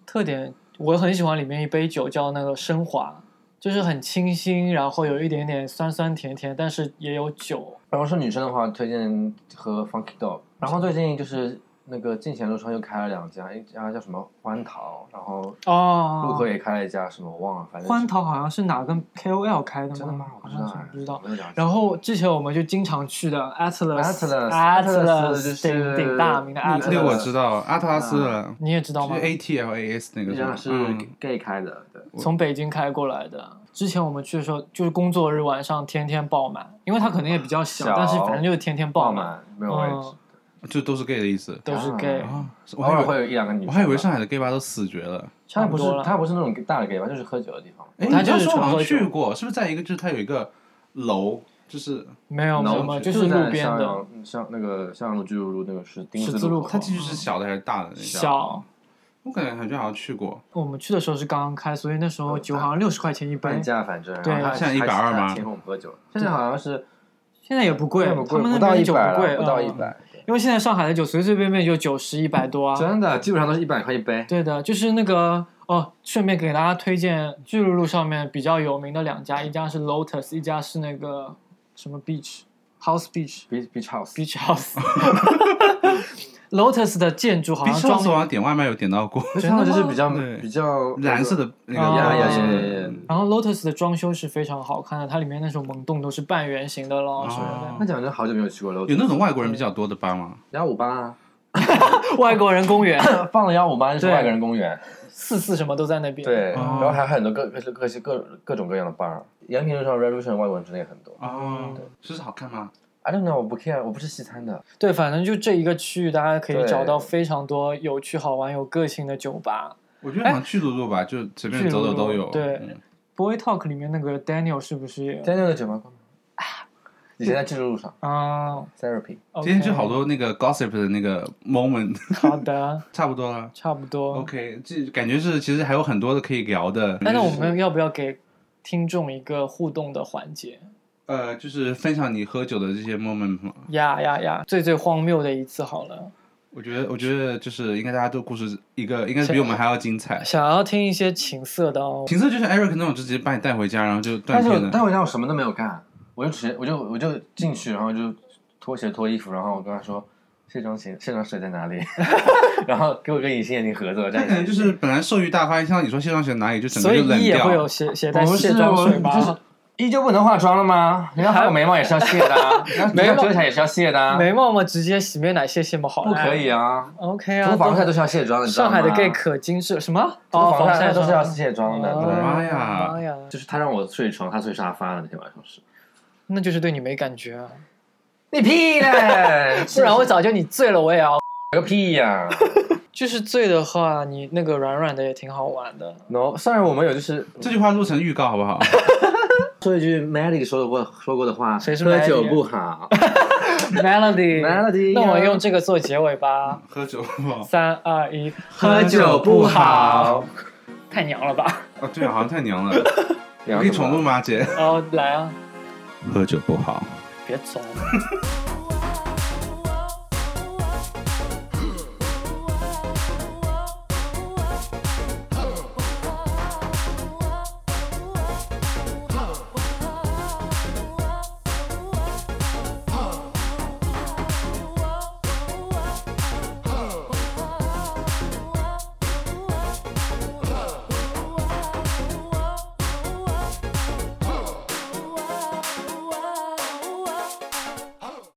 S1: 特点我很喜欢里面一杯酒叫那个升华，就是很清新，然后有一点点酸酸甜甜，但是也有酒。
S3: 然后是女生的话，推荐喝 Funky Dog。然后最近就是那个进贤路上又开了两家，一家叫什么欢桃，然后
S1: 哦，
S3: 陆河也开了一家什么我忘了，反正
S1: 欢桃好像是哪个 KOL 开的吗？
S3: 真的吗？
S1: 好
S3: 我不知道
S1: 像是
S3: 哎，
S1: 不知道。
S3: 我没有了解。
S1: 然后之前我们就经常去的 Atlas
S3: Atlas- Atlas 就
S1: Atlas
S3: 是
S1: 鼎鼎大名的
S2: 那
S3: 那
S1: Atlas，
S2: 个我知道，阿特拉斯了，
S1: 你也啊知
S2: 就
S1: 道吗
S2: 是？A T L A S 那个
S3: 那
S2: 是吧
S3: 家是
S2: 嗯
S3: gay 开的，对。
S1: 从北京开过来的。之前我们去的时候，就是工作日晚上天天爆满，因为它可能也比较小，
S3: 小
S1: 但是反正就是天天爆满，嗯
S3: 满没有位置，
S2: 就都是 gay 的意思
S1: 都是
S3: 啊
S1: gay，
S2: 啊。我
S3: 偶
S2: 还
S3: 尔
S2: 以为
S3: 会有一两个女生
S2: 我
S3: 吧。
S2: 还以为上海的 gay 吧都死绝了。
S1: 差
S3: 它不
S1: 不
S3: 是
S1: 多了。
S3: 它不是那种大的 gay 吧，就是喝酒的地方。
S2: 哎，
S1: 它
S2: 你
S1: 就
S2: 当
S1: 是
S2: 时我
S1: 纯
S2: 好
S1: 喝
S2: 像去
S1: 酒
S2: 过，是不是在一个就是它有一个楼，就是
S1: 没有没有没有，
S2: 就
S1: 就
S3: 就是在
S1: 路边
S3: 襄
S1: 的，
S3: 阳，像那个襄阳路、巨鹿路那个是丁
S1: 十
S3: 字
S1: 字路
S3: 口
S2: 它进去是小的还是大的那家？
S1: 小。
S2: 我感觉好像好像去过，
S1: 我们去的时候是刚刚开，所以那时候酒好像六十块钱一杯
S3: 半，价，反正
S1: 对
S3: 然后他
S2: 现在120吗
S3: 请我们喝酒，现在好像是
S1: 现在也不贵，
S3: 不
S1: 他
S3: 贵，
S1: 们那
S3: 不到
S1: 边
S3: 一
S1: 酒
S3: 百
S1: 贵，
S3: 了，不到
S1: 嗯
S3: 一，百，
S1: 因为现在上海的酒随随便便就九十一百多啊。
S3: 真的基本上都是一百块一杯。
S1: 对的，就是那个哦，顺便给大家推荐巨鹿路上面比较有名的两家，一家是 Lotus，一家是那个什么 Beach House Beach
S3: Beach Beach House，
S1: Beach House。Lotus 的建筑好
S2: 必
S1: 像
S2: 胜我好
S1: 装，
S2: 像点外卖有点 到过，
S1: 真的吗
S3: 就是比较
S2: 对
S3: 比较
S2: 蓝色，的那个
S1: 哦
S3: 呀
S2: 包
S3: 呀
S2: 装
S3: 呀
S2: 的
S3: 呀呀！
S1: 然后 Lotus 的装修是非常好看的，它里面那种门洞都是半圆形的咯什么
S2: 哦
S3: 那讲真好久没有去过了，
S2: 有那种外国人比较多的吧吗？
S3: 幺五八，
S1: 的。 外国人公园
S3: 放了幺五八就是
S1: 对
S3: 外国人公园，
S1: 四四什么都在那边。
S3: 对，
S2: 哦
S3: 然后还有很多各各各各各各种各样的 bar，延平路上 Revolution 外国人真的也很多。
S2: 哦，就是好看吗？
S3: I don't know，我不 care，我不吃西餐的。
S1: 对，反正就这一个区域，大家可以
S3: 对
S1: 找到非常多有趣、好玩、有个性的酒吧。
S2: 我
S1: 哎
S2: 觉得好像去露露吧，就随便走走都有。
S1: 巨鹿路对
S2: 嗯
S1: Boy Talk 里面那个 Daniel 是不是也？
S3: 在那个酒吧关门，以前在记录路上
S1: 啊，
S3: therapy，
S2: 今天就
S1: OK
S2: 好多那个 gossip 的那个 moment，
S1: 好的，
S2: 差不多了。
S1: 差不多。
S2: OK，这感觉是其实还有很多的可以聊的。
S1: 哦哎，那我
S2: 就是
S1: 们要不要给听众一个互动的环节？
S2: 呃，就是分享你喝酒的这些 moment 吗？
S1: 呀呀呀！最最荒谬的一次好了，
S2: 我觉得，我觉得就是应该大家都故事一个，应该是比我们还要精彩。
S1: 想要听一些情色的哦。
S2: 情色就是 Eric 那种，就直接把你带回家，然后就断
S3: 但是
S2: 片
S3: 我但
S2: 的。
S3: 我让我什么都没有干，我就直接我就我就进去，然后就脱鞋脱衣服，然后我跟他说卸妆鞋卸妆水在哪里， 然后给我个隐形眼镜盒子，我这
S2: 他
S3: 样
S2: 可能就是本来兽欲大发，像你说卸妆水哪里就整个
S1: 所
S2: 就
S1: 以
S2: 冷
S1: 一也会
S2: 掉
S1: 有。携携带
S3: 不是
S1: 卸妆水
S3: 我就是
S1: 吧？
S3: 依旧不能化妆了吗？人家还有眉毛也是要卸的啊，人家
S1: 眉毛
S3: 遮瑕也是要卸的啊，
S1: 眉毛嘛，直接洗面奶卸卸嘛，好
S3: 不可以
S1: 啊。
S3: 啊，
S1: OK 啊，
S3: 涂防晒
S1: 都
S3: 都是要卸妆的，你知道
S1: 上
S3: 吗
S1: 海的 gay 可精致什么？
S3: 涂
S1: 哦，
S3: 防
S1: 晒
S3: 晒都是
S1: 霜
S3: 要卸妆的，
S1: 哦
S3: 对。
S2: 妈呀
S1: 妈呀！
S3: 就是他让我睡床，他睡沙发的那天晚上是。
S1: 那就是对你没感觉啊，
S3: 你屁 嘞！
S1: 不然我早就你醉了我也要。
S3: 个屁 呀、
S1: 就是醉的话，你那个软软的也挺好玩的。
S3: 然后虽然我们有就是
S2: 这句话录成预告好不好？
S3: 说一句 Melody 说的过说过的话，
S1: 谁是
S3: 喝
S1: Melody？
S3: 酒不 好，
S1: Melody，,
S3: Melody
S1: 那我用这个做结尾吧。
S2: 喝酒不好
S1: 三二一，
S3: 喝酒不 好，
S1: 太娘了吧？
S2: 啊？对啊，好像太娘了。
S1: 哦
S2: 我可以重录吗，姐？
S1: 然后来啊，
S2: 喝酒不好。
S1: 别走。